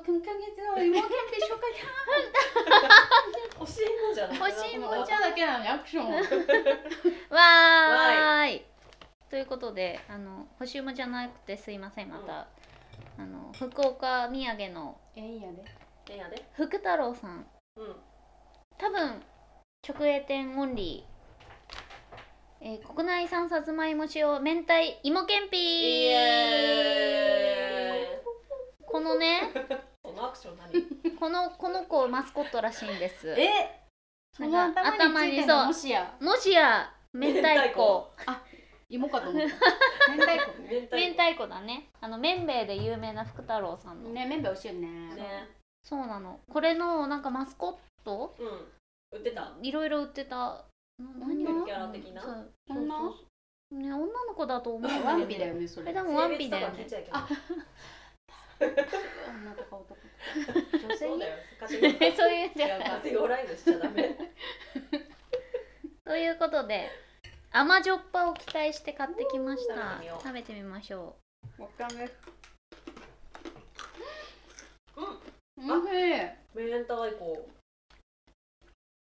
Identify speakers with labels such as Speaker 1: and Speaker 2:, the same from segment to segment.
Speaker 1: の芋けんで紹介だ
Speaker 2: 星芋じゃ ない。
Speaker 3: 干し芋
Speaker 1: お
Speaker 3: じ
Speaker 1: 茶だけなのにアクションは
Speaker 3: わーいということであの干し芋じゃなくてすいませんまた、あの福岡土産の
Speaker 1: えんやで
Speaker 2: えんやで。
Speaker 3: 福太郎さん
Speaker 2: うん。
Speaker 3: 多分直営店オンリー、えー国内産さつまいも塩明太芋けんぴ
Speaker 2: イエーイ。
Speaker 3: このね
Speaker 2: そのアクション何？
Speaker 3: このこの子マスコットらしいんです
Speaker 2: え？
Speaker 1: その頭についてる
Speaker 3: 頭にそう
Speaker 1: のもしや
Speaker 3: もしや明太子
Speaker 1: 芋かと思った明太子
Speaker 2: 明太
Speaker 3: 明太子だねあの麺兵衛で有名な福太郎さんの、
Speaker 1: ね麺美味しいよね
Speaker 2: 子ね。
Speaker 3: そうなのこれのなんかマスコット
Speaker 2: うん。売ってた。
Speaker 3: いろいろ売ってた
Speaker 1: 何の
Speaker 2: キャラ的な
Speaker 3: そう
Speaker 1: こんな
Speaker 3: そうそうね女の子だと思う
Speaker 1: ワンピだよねそ
Speaker 3: これ
Speaker 1: れ
Speaker 3: 多
Speaker 1: 女
Speaker 3: 分ワンピだよ
Speaker 2: 性
Speaker 3: ね
Speaker 2: 別とか聞いちゃいけない
Speaker 1: とか男とか女性
Speaker 2: そう
Speaker 1: に
Speaker 2: だよ。
Speaker 3: そ
Speaker 2: 昔
Speaker 3: う
Speaker 2: の
Speaker 3: いうんじゃな
Speaker 2: 違
Speaker 3: い
Speaker 2: うカテゴライズしちゃダメ。
Speaker 3: ということで甘じょっぱを期待して買ってきました
Speaker 2: 食べてみよう
Speaker 3: 食べてみましょ
Speaker 1: わかめ
Speaker 2: うん。
Speaker 1: おいしい
Speaker 2: 明太子。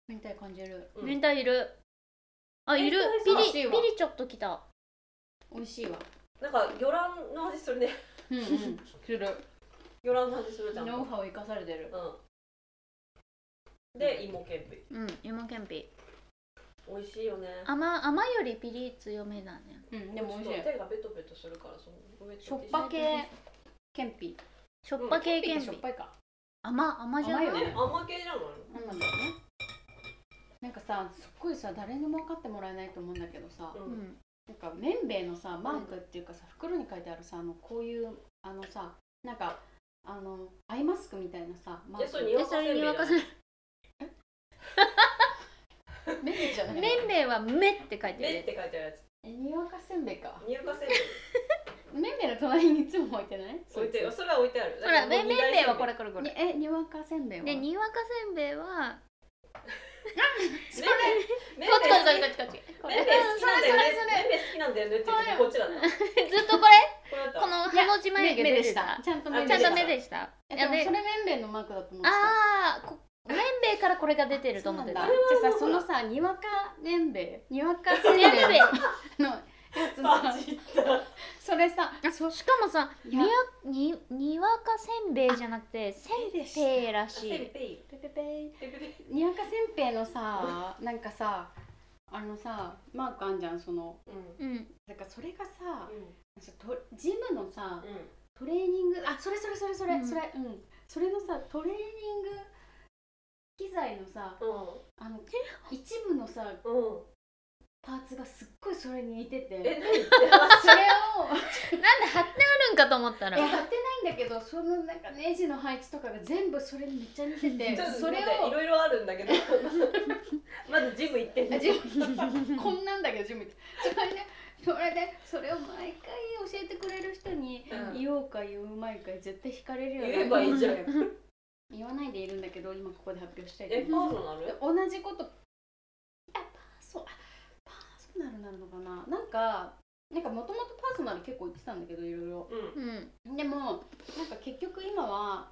Speaker 1: 明太感じる
Speaker 3: う
Speaker 2: うん
Speaker 3: 明太いるあいる
Speaker 2: 明太
Speaker 3: ピ
Speaker 2: 忙
Speaker 1: しい
Speaker 3: リピリ
Speaker 1: わ
Speaker 3: ちょっときた
Speaker 1: 美味しいわ
Speaker 2: なんか魚卵の味するね。
Speaker 1: うんうんする
Speaker 2: 魚卵の味するじゃん。
Speaker 1: ノウハウ生かされてる
Speaker 2: うん。で芋けんぴ。
Speaker 3: うん芋けんぴ
Speaker 2: 美味しいよね。
Speaker 3: 甘甘よりピリ強めだね
Speaker 1: うんでも美味し
Speaker 2: 手がベトベトするからその上
Speaker 1: いしょっぱ系けんぴ
Speaker 3: しょっぱ系けん
Speaker 1: しょっ
Speaker 3: ぴ
Speaker 1: ぱいか
Speaker 3: 甘甘じゃない
Speaker 1: 甘いよ
Speaker 2: ね甘系じゃないの？
Speaker 1: なんだろうねなんかさすっごいさ誰にも分かってもらえないと思うんだけどさ、
Speaker 3: う
Speaker 2: うん
Speaker 3: ん
Speaker 1: なんか麺べいのさマークっていうかさ袋に書いてあるさあのこういうあのさなんかあのアイマスクみたいなさマー
Speaker 2: えそれ
Speaker 1: ク
Speaker 2: にわ
Speaker 3: で
Speaker 2: か
Speaker 3: そ
Speaker 2: せんべ
Speaker 3: れ
Speaker 2: い
Speaker 3: に
Speaker 2: じゃ
Speaker 3: 沸
Speaker 2: ない
Speaker 1: 麺べいじゃな
Speaker 3: かせ
Speaker 1: い
Speaker 3: 麺べいは「め」って書いて
Speaker 2: 麺っ
Speaker 3: る
Speaker 2: て書いてあるやつ。
Speaker 1: えにわかせんべいか
Speaker 2: にやかせんべい。
Speaker 1: 麺べいの隣にいつも置いてない
Speaker 2: 置いてそれは置いてある。
Speaker 3: ほらめ麺べいはこれ
Speaker 2: こ
Speaker 3: これこ
Speaker 1: に
Speaker 3: れ
Speaker 1: えにわかせんべいは
Speaker 3: でにわかせんべいは
Speaker 2: れ。麺麺麺べ
Speaker 3: こっちこっちこっちこっちこっち
Speaker 2: い好きなんだよね。麺べい好きなんだよねって言ってこっちだった。
Speaker 3: ずっとこ れ
Speaker 2: これだった。
Speaker 3: このハの字眉毛
Speaker 1: め
Speaker 3: 出
Speaker 1: で
Speaker 3: て
Speaker 1: した
Speaker 3: た
Speaker 1: ちゃんと
Speaker 2: あ
Speaker 1: 麺
Speaker 3: ち
Speaker 1: べ
Speaker 3: ゃ
Speaker 1: いでした
Speaker 3: んと目でした
Speaker 1: え
Speaker 3: いや
Speaker 1: でも
Speaker 3: で
Speaker 1: それ麺べいのマークだと思ってた
Speaker 3: ああ麺べいからこれが出てると思って
Speaker 1: そ
Speaker 3: た
Speaker 1: う
Speaker 3: 麺
Speaker 1: なんだじゃあさそのさにわか麺べいにわかせんべいの
Speaker 3: べい
Speaker 1: やつ
Speaker 2: マ
Speaker 1: さ
Speaker 2: ジだ。
Speaker 1: それさ
Speaker 3: あしかもさ
Speaker 1: い
Speaker 3: に
Speaker 1: や
Speaker 3: わににわかせんべいじゃなくてせん
Speaker 1: でした
Speaker 3: べいら
Speaker 2: せ
Speaker 3: し
Speaker 2: ん
Speaker 3: い
Speaker 2: べい。
Speaker 1: ペペペ
Speaker 2: ペペペ
Speaker 1: にわかせんべいのさなんかさあのさマークあんじゃんその
Speaker 2: うん。
Speaker 3: うん
Speaker 1: だからそれがさ
Speaker 2: う
Speaker 1: ちょトジムのさ
Speaker 2: ん。
Speaker 1: トレーニングあそれそれそれそれ、
Speaker 3: うん
Speaker 1: それうんそれのさトレーニング機材のさ
Speaker 2: う
Speaker 1: あの一部のさ
Speaker 2: ん。うん。
Speaker 1: パーツがすっごいそれに似て
Speaker 2: え、
Speaker 1: て
Speaker 2: 何言 ってます
Speaker 1: それを
Speaker 3: なんで貼ってあるんかと 思った
Speaker 1: いや
Speaker 3: ら
Speaker 1: 貼ってないんだけどそのなんかネジの配置とかが全部それにめっちゃ似てて
Speaker 2: ちょっと
Speaker 1: そ
Speaker 2: 待
Speaker 1: れ
Speaker 2: ってい
Speaker 1: を
Speaker 2: ろいろあるんだけど。 まずジム行ってん
Speaker 1: あ
Speaker 2: の。
Speaker 1: ジム こんなんだけどジムってそれでそれでそれを毎回教えてくれる人に
Speaker 2: うん
Speaker 1: 言おうか言うまいか絶対惹かれるよ
Speaker 2: 言えばいいじゃん
Speaker 1: 言わないでいるんだけど今ここで発表したいと
Speaker 2: え、
Speaker 1: 思い
Speaker 2: パーソ
Speaker 1: ま
Speaker 2: ナル
Speaker 1: す同じことあパーソあパーソナルなるのかななんかなんかもともとパーソナル結構言ってたんだけどいろいろ
Speaker 2: うん。
Speaker 3: うん
Speaker 1: でもなんか結局今は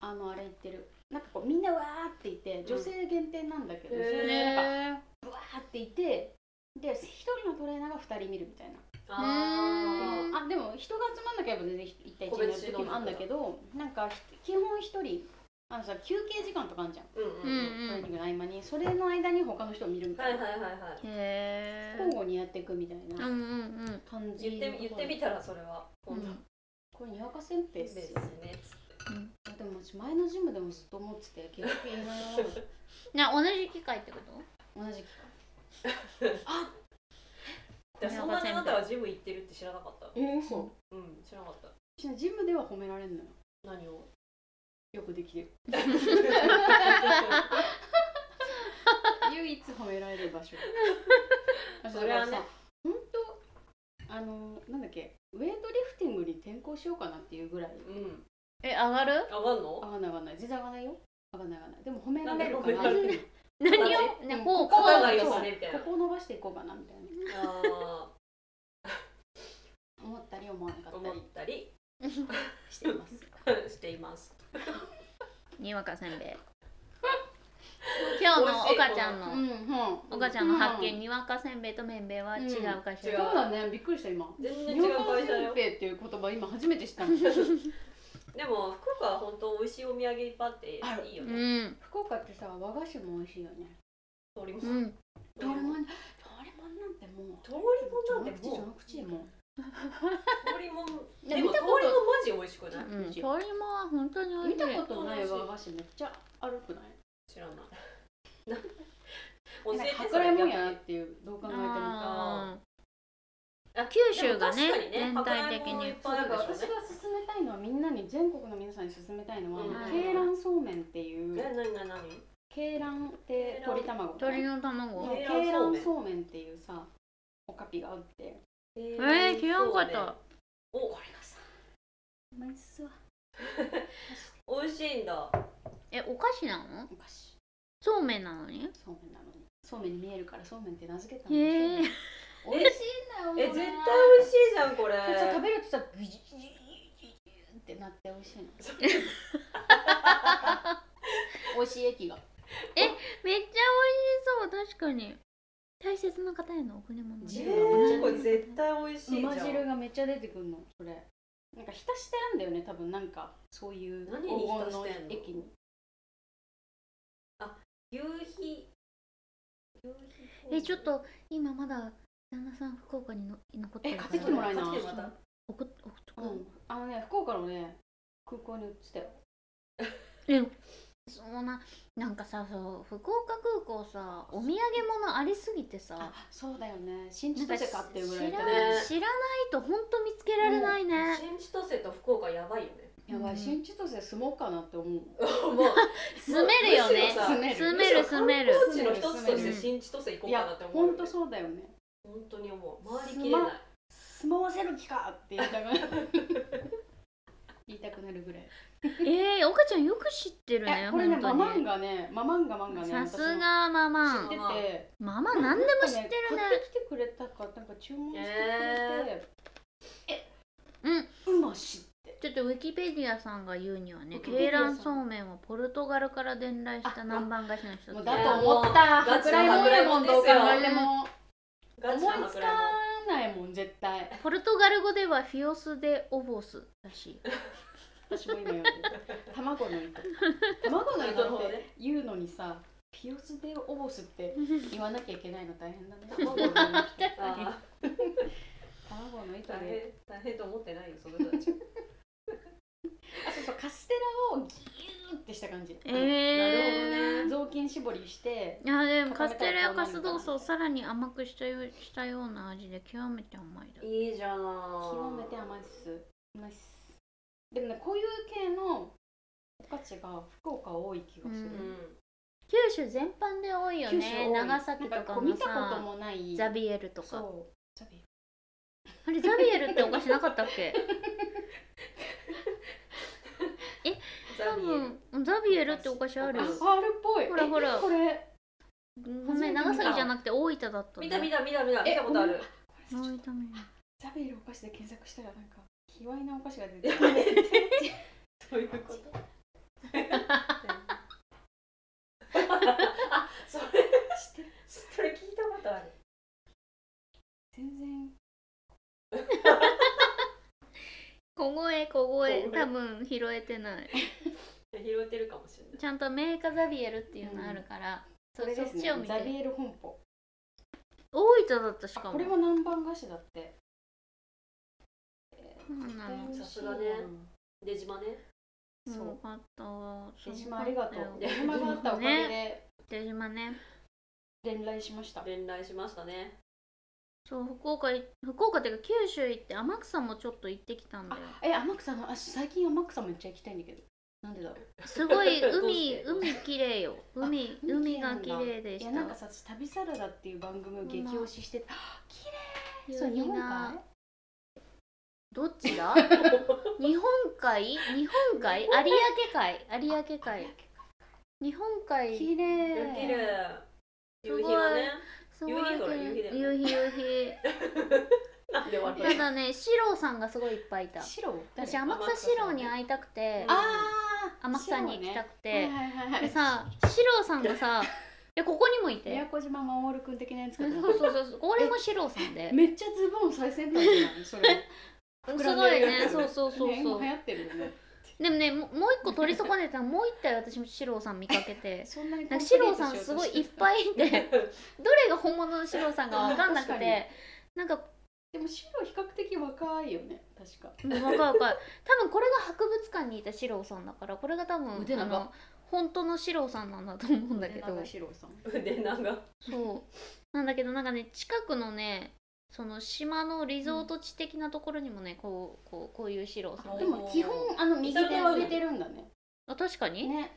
Speaker 1: あのあれ言ってるなんかこうみんなわーっていて
Speaker 2: ん
Speaker 1: 女性限定なんだけど、
Speaker 2: へ
Speaker 1: それでなんか
Speaker 3: ね
Speaker 1: ぶわーっていてで1人のトレーナーが2人見るみたいな、
Speaker 3: う
Speaker 2: あ
Speaker 3: ん
Speaker 1: あでも人が集まんなければ全然1対1になる時もあるんだけどなんか基本1人あのさ休憩時間とかあるじゃん、
Speaker 2: ー。うん
Speaker 3: う
Speaker 2: うんんうん。
Speaker 1: トレーニ
Speaker 3: うん
Speaker 1: ングの合間にそれの間に他の人を見るみた
Speaker 2: はいい
Speaker 1: な、
Speaker 2: はいはいはい。
Speaker 3: へえ
Speaker 1: 交互にやっていくみたい
Speaker 3: うんう
Speaker 1: なん
Speaker 3: うん
Speaker 1: 感じ
Speaker 2: 言ってみ言ってみたらそれは。
Speaker 3: うん
Speaker 1: これにわかせんべいっ
Speaker 2: ですす
Speaker 1: よ
Speaker 2: ね。
Speaker 1: あでも私前のジムでもずっと思ってて結局いろいろ
Speaker 3: な同じ機械ってこと
Speaker 1: 同じ機
Speaker 2: じゃあそんなにあなたはジム行ってるって知らなかった。
Speaker 1: 会 えそう
Speaker 2: うん、知らなかった。
Speaker 1: 私ねジムでは褒められんのよ
Speaker 2: 何を。
Speaker 1: よくできてる 唯一褒められる場 所あ
Speaker 2: それはね
Speaker 1: だからさほんとあのなんだっけウェイトリフティングに転向しようかなっていうぐらい
Speaker 2: うん。
Speaker 3: え上がる
Speaker 2: 上がんの
Speaker 1: 上？がんない上がんない全然上がんないよ上がんない上がんないでも褒められる
Speaker 2: なんで褒
Speaker 1: か
Speaker 2: めら
Speaker 1: ら
Speaker 2: れる
Speaker 3: 何を
Speaker 2: 形
Speaker 3: ね
Speaker 1: うん
Speaker 3: こう
Speaker 1: こ
Speaker 3: こ
Speaker 1: こ
Speaker 2: 肩
Speaker 3: う
Speaker 2: が良さねみたいな
Speaker 1: こ。こを伸ばしていこうかなみたいな
Speaker 2: あ
Speaker 1: 思ったり思わな
Speaker 2: あ、
Speaker 1: かった
Speaker 2: 思っ
Speaker 1: り
Speaker 2: たり
Speaker 1: しています
Speaker 2: しています。
Speaker 3: にわかせんべい今日の岡ちゃんの
Speaker 1: うんうん
Speaker 3: 岡ちゃんの発見、
Speaker 1: うん
Speaker 3: にわかせんべいとめんべいは違う会社、
Speaker 2: うん違
Speaker 1: そうだねびっくりした今
Speaker 2: 全然違
Speaker 1: 日
Speaker 2: う
Speaker 1: 本
Speaker 2: 会社だ
Speaker 1: せ
Speaker 2: よ
Speaker 1: んべいっていう言葉今初めて知ったの福
Speaker 2: でも福岡は本当美味しいお土産いっぱいあっていいよ
Speaker 3: う
Speaker 2: ね
Speaker 3: ん
Speaker 1: 岡ってさ和菓子も美味しいよね
Speaker 2: 通りもん
Speaker 3: う
Speaker 2: 通
Speaker 3: ん
Speaker 1: どれもんどれもんなんてもう
Speaker 2: りもんなんて
Speaker 1: 序
Speaker 2: も
Speaker 1: の
Speaker 2: う
Speaker 1: 口序の口も
Speaker 2: 通りもん
Speaker 1: いや
Speaker 2: でも通
Speaker 1: 見
Speaker 2: り
Speaker 1: たこ
Speaker 2: もん
Speaker 1: と
Speaker 2: マジ美味しくない
Speaker 3: うん、鶏もは本当に
Speaker 1: う
Speaker 3: 美
Speaker 1: 見
Speaker 3: 味
Speaker 1: た
Speaker 3: しい
Speaker 1: ことない和菓子めっちゃあるくない
Speaker 2: 知らないな教えて
Speaker 1: なんか
Speaker 2: そ
Speaker 1: 舶
Speaker 2: れ
Speaker 1: 来もんやなっていうどう考えても
Speaker 3: あ
Speaker 2: あ
Speaker 3: ー九州がね
Speaker 2: でも確かに
Speaker 3: 全体的
Speaker 2: 舶来もんいっ
Speaker 3: に
Speaker 1: そ
Speaker 2: ぱ
Speaker 1: う
Speaker 2: いあ
Speaker 1: だ
Speaker 2: る
Speaker 1: か
Speaker 2: で
Speaker 1: ら
Speaker 2: し
Speaker 1: 私が
Speaker 2: ょ
Speaker 1: 勧めたいのはみんなに全国の皆さんに勧めたいのは
Speaker 2: うん
Speaker 1: 鶏卵そうめんっていう
Speaker 2: うねなになになに
Speaker 1: 鶏卵って鶏卵
Speaker 3: 鶏の
Speaker 1: の
Speaker 3: 卵
Speaker 2: ね
Speaker 1: 鶏卵そうめんっていうさおかぴがあって
Speaker 2: え
Speaker 3: えー、知らんかっ
Speaker 2: そうね
Speaker 3: た
Speaker 2: お
Speaker 1: これがさうまいっすわ
Speaker 2: 美味しいんだ
Speaker 3: えお菓子なの
Speaker 1: お菓子
Speaker 3: そうめんなのに
Speaker 1: そうめんなのにそうめんに見えるからそうめんって名付けたのにそうめ
Speaker 3: へ
Speaker 1: ん
Speaker 3: え
Speaker 1: 美味しいん
Speaker 2: え
Speaker 1: だよ
Speaker 2: 絶対美味しいじゃんこれ
Speaker 1: これさ食べるとさグイグイグイグイグイってなって美味しいの 美味しい液が
Speaker 3: めっちゃ美味しそう確かに大切な方への贈り物
Speaker 1: 自
Speaker 2: え
Speaker 1: 由な
Speaker 2: ー、こ
Speaker 1: も
Speaker 2: れ絶対美味しいじゃん
Speaker 1: 馬汁がめっちゃ出てくるのそれなんか浸してあんだよね多分なんかそういう
Speaker 2: 何に浸してんの
Speaker 1: 液に
Speaker 2: 夕日夕日
Speaker 3: えちょっと今まだ旦那さん福岡にの残ってるか
Speaker 1: え買
Speaker 3: ら
Speaker 1: ってきてもらえない
Speaker 2: 買ってきてもらっ
Speaker 3: 送っ送っとく、
Speaker 1: うんあのね福岡のね空港に売ってたよ
Speaker 3: えそんななんかさそう福岡空港さお土産物ありすぎてさ
Speaker 1: あそうだよね新
Speaker 3: な
Speaker 1: 千
Speaker 3: んか
Speaker 1: 歳
Speaker 3: し知
Speaker 1: か
Speaker 3: ら
Speaker 1: っていうぐらいだよ
Speaker 2: ね
Speaker 3: ない知らないと本当見つけられないね、
Speaker 2: 新千歳と福岡やばいよね
Speaker 1: やば
Speaker 3: うん
Speaker 1: い新千歳住もうかなって思う
Speaker 2: もう
Speaker 3: 住めるよね
Speaker 2: むしろさ
Speaker 1: 住める
Speaker 3: 住める住める
Speaker 2: むしろ観光地の一つとして新千歳行こ
Speaker 1: いう
Speaker 2: かな
Speaker 1: や
Speaker 2: って思う
Speaker 1: ほ
Speaker 2: よね
Speaker 1: んとそうだよね
Speaker 2: 本当に思う回りきれない
Speaker 1: 住まわせる気かって言いたくなる 言いたくなるぐらい
Speaker 3: えー、岡ちゃんよく知ってる
Speaker 1: い
Speaker 3: ね
Speaker 1: やこれねマ
Speaker 3: 本当
Speaker 1: マンがねママンがマンがね
Speaker 3: にさす
Speaker 1: 私も
Speaker 3: がママ
Speaker 1: 知
Speaker 3: ン
Speaker 1: って
Speaker 2: ママン
Speaker 1: て
Speaker 3: ママ何でも知ってるね
Speaker 1: なんか買ってきてくれたかなんか注文してくれて
Speaker 3: うん
Speaker 1: うんまし
Speaker 3: ちょっとウィキペディアさんが言うにはね
Speaker 1: ウィキペディ
Speaker 3: 鶏
Speaker 1: アさん
Speaker 3: 卵そうめんはポルトガルから伝来した南蛮菓子の一つ
Speaker 1: もう
Speaker 3: で
Speaker 1: だと思った
Speaker 2: いやもう
Speaker 1: 舶来物やもんどう考えても
Speaker 2: ガチ
Speaker 1: 思
Speaker 2: ない話
Speaker 1: つ
Speaker 2: く
Speaker 1: から
Speaker 2: いも
Speaker 1: ないもん絶対
Speaker 3: ポルトガル語ではフィオス・デ・オボスらしい
Speaker 1: 私も今言われてる卵の糸卵の糸
Speaker 2: なる
Speaker 1: っ
Speaker 2: ほど
Speaker 1: て
Speaker 2: ね
Speaker 1: 言うのにさピオスデオボスって言わなきゃいけないの大変だ ね
Speaker 2: 卵の糸あ
Speaker 1: 卵の
Speaker 2: ー
Speaker 1: 糸
Speaker 2: 大変
Speaker 1: で
Speaker 2: 大変と思ってないよその人たち
Speaker 1: あそうそうカステラをギューってした感じ
Speaker 3: え
Speaker 2: な
Speaker 3: ー、
Speaker 2: る
Speaker 1: 雑巾絞りして
Speaker 3: いやでもカステラやカスドースをさらに甘くしたよしたような味で極めて甘い だ
Speaker 2: いいじゃん
Speaker 1: 極めて甘いっすうまいっすでもねこういう系のお菓子が福岡多い気がする、
Speaker 3: う
Speaker 2: うん
Speaker 3: 九州全般で多いよ
Speaker 1: 九州多
Speaker 3: ね
Speaker 1: い
Speaker 3: 長崎と
Speaker 1: なん
Speaker 3: か
Speaker 1: こう見
Speaker 3: も
Speaker 1: たこと
Speaker 3: さ
Speaker 1: もない
Speaker 3: ザビエルとか
Speaker 1: そうザビ
Speaker 3: あれザビエルってお菓子なかったっけ
Speaker 2: ザ
Speaker 3: 多
Speaker 2: ビエル
Speaker 3: 分ザビエルってお菓子ある
Speaker 1: あ
Speaker 3: よ
Speaker 1: ファールっぽい
Speaker 3: ほらほら
Speaker 1: えこれ
Speaker 3: ごめん長崎じゃなくて大分だったね
Speaker 2: 見た見た見た見た
Speaker 1: え
Speaker 2: 見たことある
Speaker 3: 大
Speaker 1: ごめん
Speaker 3: 分見た
Speaker 1: ザビエルお菓子で検索したらなんか卑猥なお菓子が出てきた
Speaker 2: どういうことあそれ
Speaker 1: 知ってる
Speaker 2: それ聞いたことある
Speaker 1: 全然
Speaker 3: 小声小声
Speaker 2: 小声
Speaker 3: 多分拾えてない
Speaker 2: 拾えてるかもしれない
Speaker 3: ちゃんとメーカーザビエルっていうのあるから、そ
Speaker 1: これです
Speaker 3: そっ
Speaker 1: ね
Speaker 3: ちを見
Speaker 1: ザビ
Speaker 3: て
Speaker 1: エル本舗
Speaker 3: 大分だったし
Speaker 1: あ
Speaker 3: かも
Speaker 1: これも南蛮菓子だって
Speaker 3: そうなの
Speaker 2: さすがね出島ね
Speaker 1: そう
Speaker 3: よかったわ
Speaker 1: 手島ありがとう
Speaker 3: そ
Speaker 1: 手
Speaker 3: か
Speaker 1: 島があったおかげ
Speaker 3: ね
Speaker 1: で
Speaker 3: 手島ね
Speaker 1: 連来しました
Speaker 2: 連来しましたね
Speaker 3: そう福岡い福岡っていうか九州行って天草もちょっと行ってきたんだ
Speaker 1: あ
Speaker 3: よ
Speaker 1: え天草のあ最近天草めっちゃ行きたいんだけどなんでだろう
Speaker 3: す ごい
Speaker 2: どう
Speaker 3: 海
Speaker 2: して
Speaker 3: 海綺麗よ海
Speaker 1: 海綺
Speaker 3: 海
Speaker 1: 麗な
Speaker 3: が
Speaker 1: ん
Speaker 3: 綺
Speaker 1: だ
Speaker 3: 麗で
Speaker 1: い
Speaker 3: し
Speaker 1: やなんか
Speaker 3: た
Speaker 1: さ私旅サラダっていう番組を激推ししてて、あ綺麗そう
Speaker 3: 夕
Speaker 1: 日
Speaker 3: 日
Speaker 1: 本
Speaker 3: が
Speaker 1: 海
Speaker 3: どっちだ 日本海日本海有明海有明海日本海
Speaker 1: 綺
Speaker 2: いや綺
Speaker 1: 麗
Speaker 2: 麗夕日がね
Speaker 3: すごい
Speaker 2: 夕日ほら夕日だよ
Speaker 3: 夕日夕日
Speaker 2: なんで笑
Speaker 3: た
Speaker 2: う
Speaker 3: だね四郎さんがすごいいっぱいいた
Speaker 1: 白
Speaker 3: 私
Speaker 1: あ
Speaker 3: 天草四郎に会いたくて
Speaker 2: あ
Speaker 1: あ
Speaker 3: 天草に行きたくて、
Speaker 1: はいはいはいはい
Speaker 3: でさシロさんがさでここにもいて
Speaker 1: 宮古島守君的なやつ
Speaker 3: そ
Speaker 1: か
Speaker 3: う
Speaker 1: と思った
Speaker 3: そうそうこれもシロさんで
Speaker 1: めっちゃズボン最先端じゃないそれ
Speaker 3: す
Speaker 1: 膨らん
Speaker 3: ごい
Speaker 1: でる
Speaker 3: ねそう そうそう
Speaker 1: ね
Speaker 3: そ
Speaker 1: 今
Speaker 3: う
Speaker 1: 流行ってるよね
Speaker 3: でもねももう一個取り損ねたらもう一体私もシロさん見かけて
Speaker 1: そんなに
Speaker 3: なんかシロさんすごいいっぱ
Speaker 1: い
Speaker 3: いいてどれが本物のシロさんか分かんなく
Speaker 1: 確か
Speaker 3: てなんか
Speaker 1: でもシロ比較的若いよね確か
Speaker 3: うんわかるわかる多分これが博物館にいた四郎さんだからこれが多分
Speaker 1: 腕長
Speaker 3: あの本当の四郎さんなんだと思うんだけど
Speaker 1: 長シロさん
Speaker 2: 腕長
Speaker 3: そうなんだけどなんかね近くのねその島のリゾート地的なところにもね、こうこうこういう四郎さん
Speaker 2: あ
Speaker 1: でも基本あの右手を上げてるんだね
Speaker 3: あ確かに、
Speaker 1: ね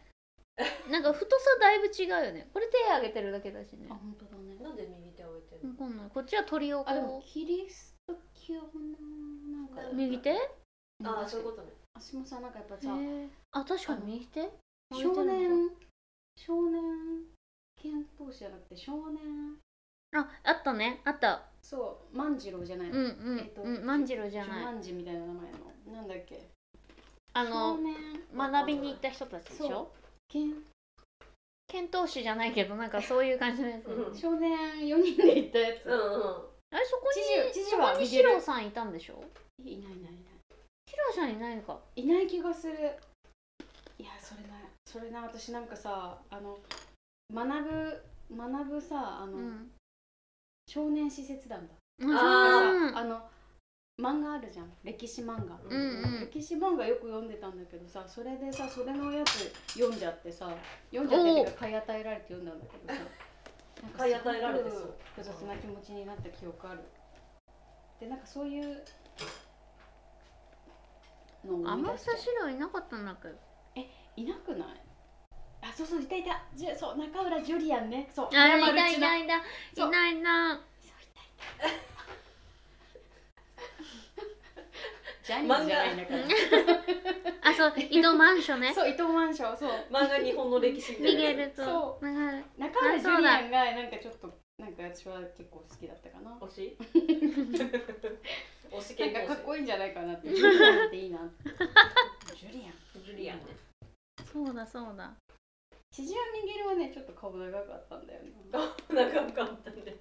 Speaker 3: なんか太さだいぶ違うよねこれ手上げてるだけだしね
Speaker 1: あ本当だね
Speaker 2: なんで右手を置いてる
Speaker 3: わ
Speaker 2: の
Speaker 3: かんないこっちは鳥を
Speaker 1: あでも
Speaker 3: こ
Speaker 1: キリスト教のなんか
Speaker 3: う右手へ
Speaker 2: ああそういうことね
Speaker 1: 私もさなんかやっぱさ
Speaker 3: ーあ確かに右手上げて
Speaker 1: 少
Speaker 3: るのか
Speaker 1: 年少年遣唐使じゃなくて少年
Speaker 3: ああったねあった
Speaker 1: そう万次郎じゃない
Speaker 3: うんう
Speaker 1: のえ
Speaker 3: ん
Speaker 1: っと
Speaker 3: うん万次郎じゃない
Speaker 1: 万次みたいな名前のなんだっけ
Speaker 3: あ
Speaker 1: 少
Speaker 3: の
Speaker 1: 年
Speaker 3: 学びに行った人たちでし
Speaker 1: そう
Speaker 3: ょ
Speaker 1: 遣
Speaker 3: 遣唐使じゃないけどなんかそういう感じのやつ、
Speaker 2: うん
Speaker 1: 少年四人で行った
Speaker 2: う
Speaker 1: や
Speaker 2: ん
Speaker 1: つ
Speaker 3: あれそこに
Speaker 1: 知事知
Speaker 3: そ
Speaker 1: 事は
Speaker 3: こに
Speaker 1: 見
Speaker 3: シ
Speaker 1: てる
Speaker 3: ロさんいたんでしょ
Speaker 1: いないいないいない
Speaker 3: シロさんいないのか
Speaker 1: いない気がするいやそれなそれな私なんかさあの学ぶ学ぶさあ
Speaker 3: う
Speaker 1: の、
Speaker 3: ん
Speaker 1: 少年施設団だ
Speaker 3: うん
Speaker 1: なんか
Speaker 3: あ
Speaker 1: さあの漫画あるじゃん歴史漫画、
Speaker 2: うん
Speaker 3: うんうん
Speaker 1: 歴史漫画よく読んでたんだけどさそれでさそれのやつ読んじゃってさ読んじゃってっていうか買い与えられて読んだんだけどさなんか
Speaker 2: 買い与えられてそう
Speaker 1: 複雑な気持ちになった記憶あるでなんかそういうのを
Speaker 3: 天
Speaker 1: 思い出して
Speaker 3: 草シロいなかったんだけど
Speaker 1: いなくないあそうそういたいたじゅそう中浦ジュリアンねそう
Speaker 3: あい
Speaker 1: 山口の
Speaker 3: ないいないいない
Speaker 1: そう
Speaker 3: いな いな
Speaker 1: ジャニーズじゃないんだから
Speaker 3: あそう井戸マンションね
Speaker 1: そう伊藤万章そう
Speaker 2: 漫画日本の歴史みた
Speaker 3: ミ
Speaker 2: いな
Speaker 3: ゲルと
Speaker 1: そ
Speaker 3: なんか
Speaker 1: 中
Speaker 3: あ
Speaker 1: 村ジ
Speaker 3: そ
Speaker 1: ュ
Speaker 3: う
Speaker 1: リ
Speaker 3: だ
Speaker 1: アンがなんかちょっとなんか私は結構好きだったかな
Speaker 2: 推し推し
Speaker 1: な
Speaker 2: 健
Speaker 1: んか
Speaker 2: 康
Speaker 1: かっ
Speaker 2: 士
Speaker 1: こいいんじゃないかなってジュリアンっていいなって ジュリアン
Speaker 2: ジュリアンね
Speaker 3: そうだそうだ
Speaker 1: 千々岩ミゲルはねちょっと顔長かったんだよね
Speaker 2: 長かったんで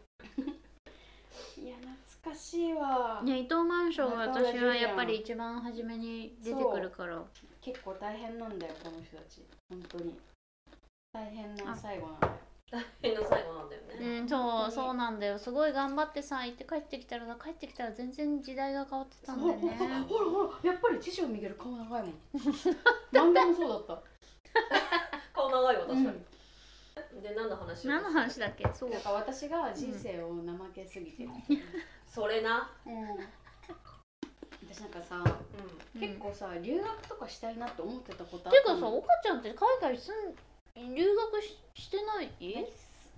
Speaker 1: いや懐かしいわ
Speaker 3: ね伊藤マンションが
Speaker 1: 中村
Speaker 3: 私
Speaker 1: ジュリアン
Speaker 3: はやっぱり一番初めに出てくるから
Speaker 1: 結構大変なんだよこの人たち本当に大変な最後なんだよ
Speaker 2: 変の最後なんだよ
Speaker 3: う
Speaker 2: ね
Speaker 1: 本
Speaker 3: ん
Speaker 1: 当
Speaker 3: そう
Speaker 1: に
Speaker 3: そうなんだよすごい頑張ってさ行って帰ってきたらさ帰ってきたら全然時代が変わってたんだよね
Speaker 1: ほらほらやっぱり千々岩ミゲル顔長い もん漫画もそうだった
Speaker 2: 顔長いわ確か
Speaker 1: うん
Speaker 2: にで何の話を
Speaker 3: 何の話だっけそう
Speaker 1: なんか私が人生を怠けすぎてる、
Speaker 2: それな
Speaker 1: 私なんかさ、
Speaker 2: う
Speaker 1: 結構さ留学とかしたいなって思ってたことあ
Speaker 3: ていうか
Speaker 1: の
Speaker 3: さ岡ちゃんって海外住ん留学ししてない
Speaker 1: ナイ
Speaker 3: え
Speaker 1: ス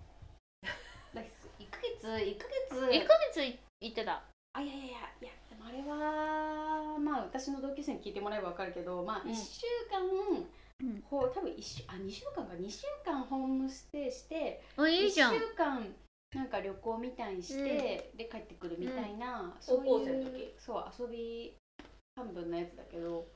Speaker 1: ナイス1ヶ月1ヶ月
Speaker 3: 1ヶ月い行ってた
Speaker 1: あいやいやいやいやでもあれはまあ私の同級生に聞いてもらえば分かるけどまあ
Speaker 3: うん
Speaker 1: 1週間、
Speaker 3: うん
Speaker 1: ほう多分一週あ2週間か2週間ホームステイして
Speaker 3: あいいじゃん
Speaker 1: 1週間なんか旅行みたいにして、
Speaker 3: うん
Speaker 1: で帰ってくるみたいな、
Speaker 2: 高校
Speaker 1: そう
Speaker 2: 生
Speaker 1: い
Speaker 2: の
Speaker 1: う
Speaker 2: 時
Speaker 1: そう遊び半分のやつだけど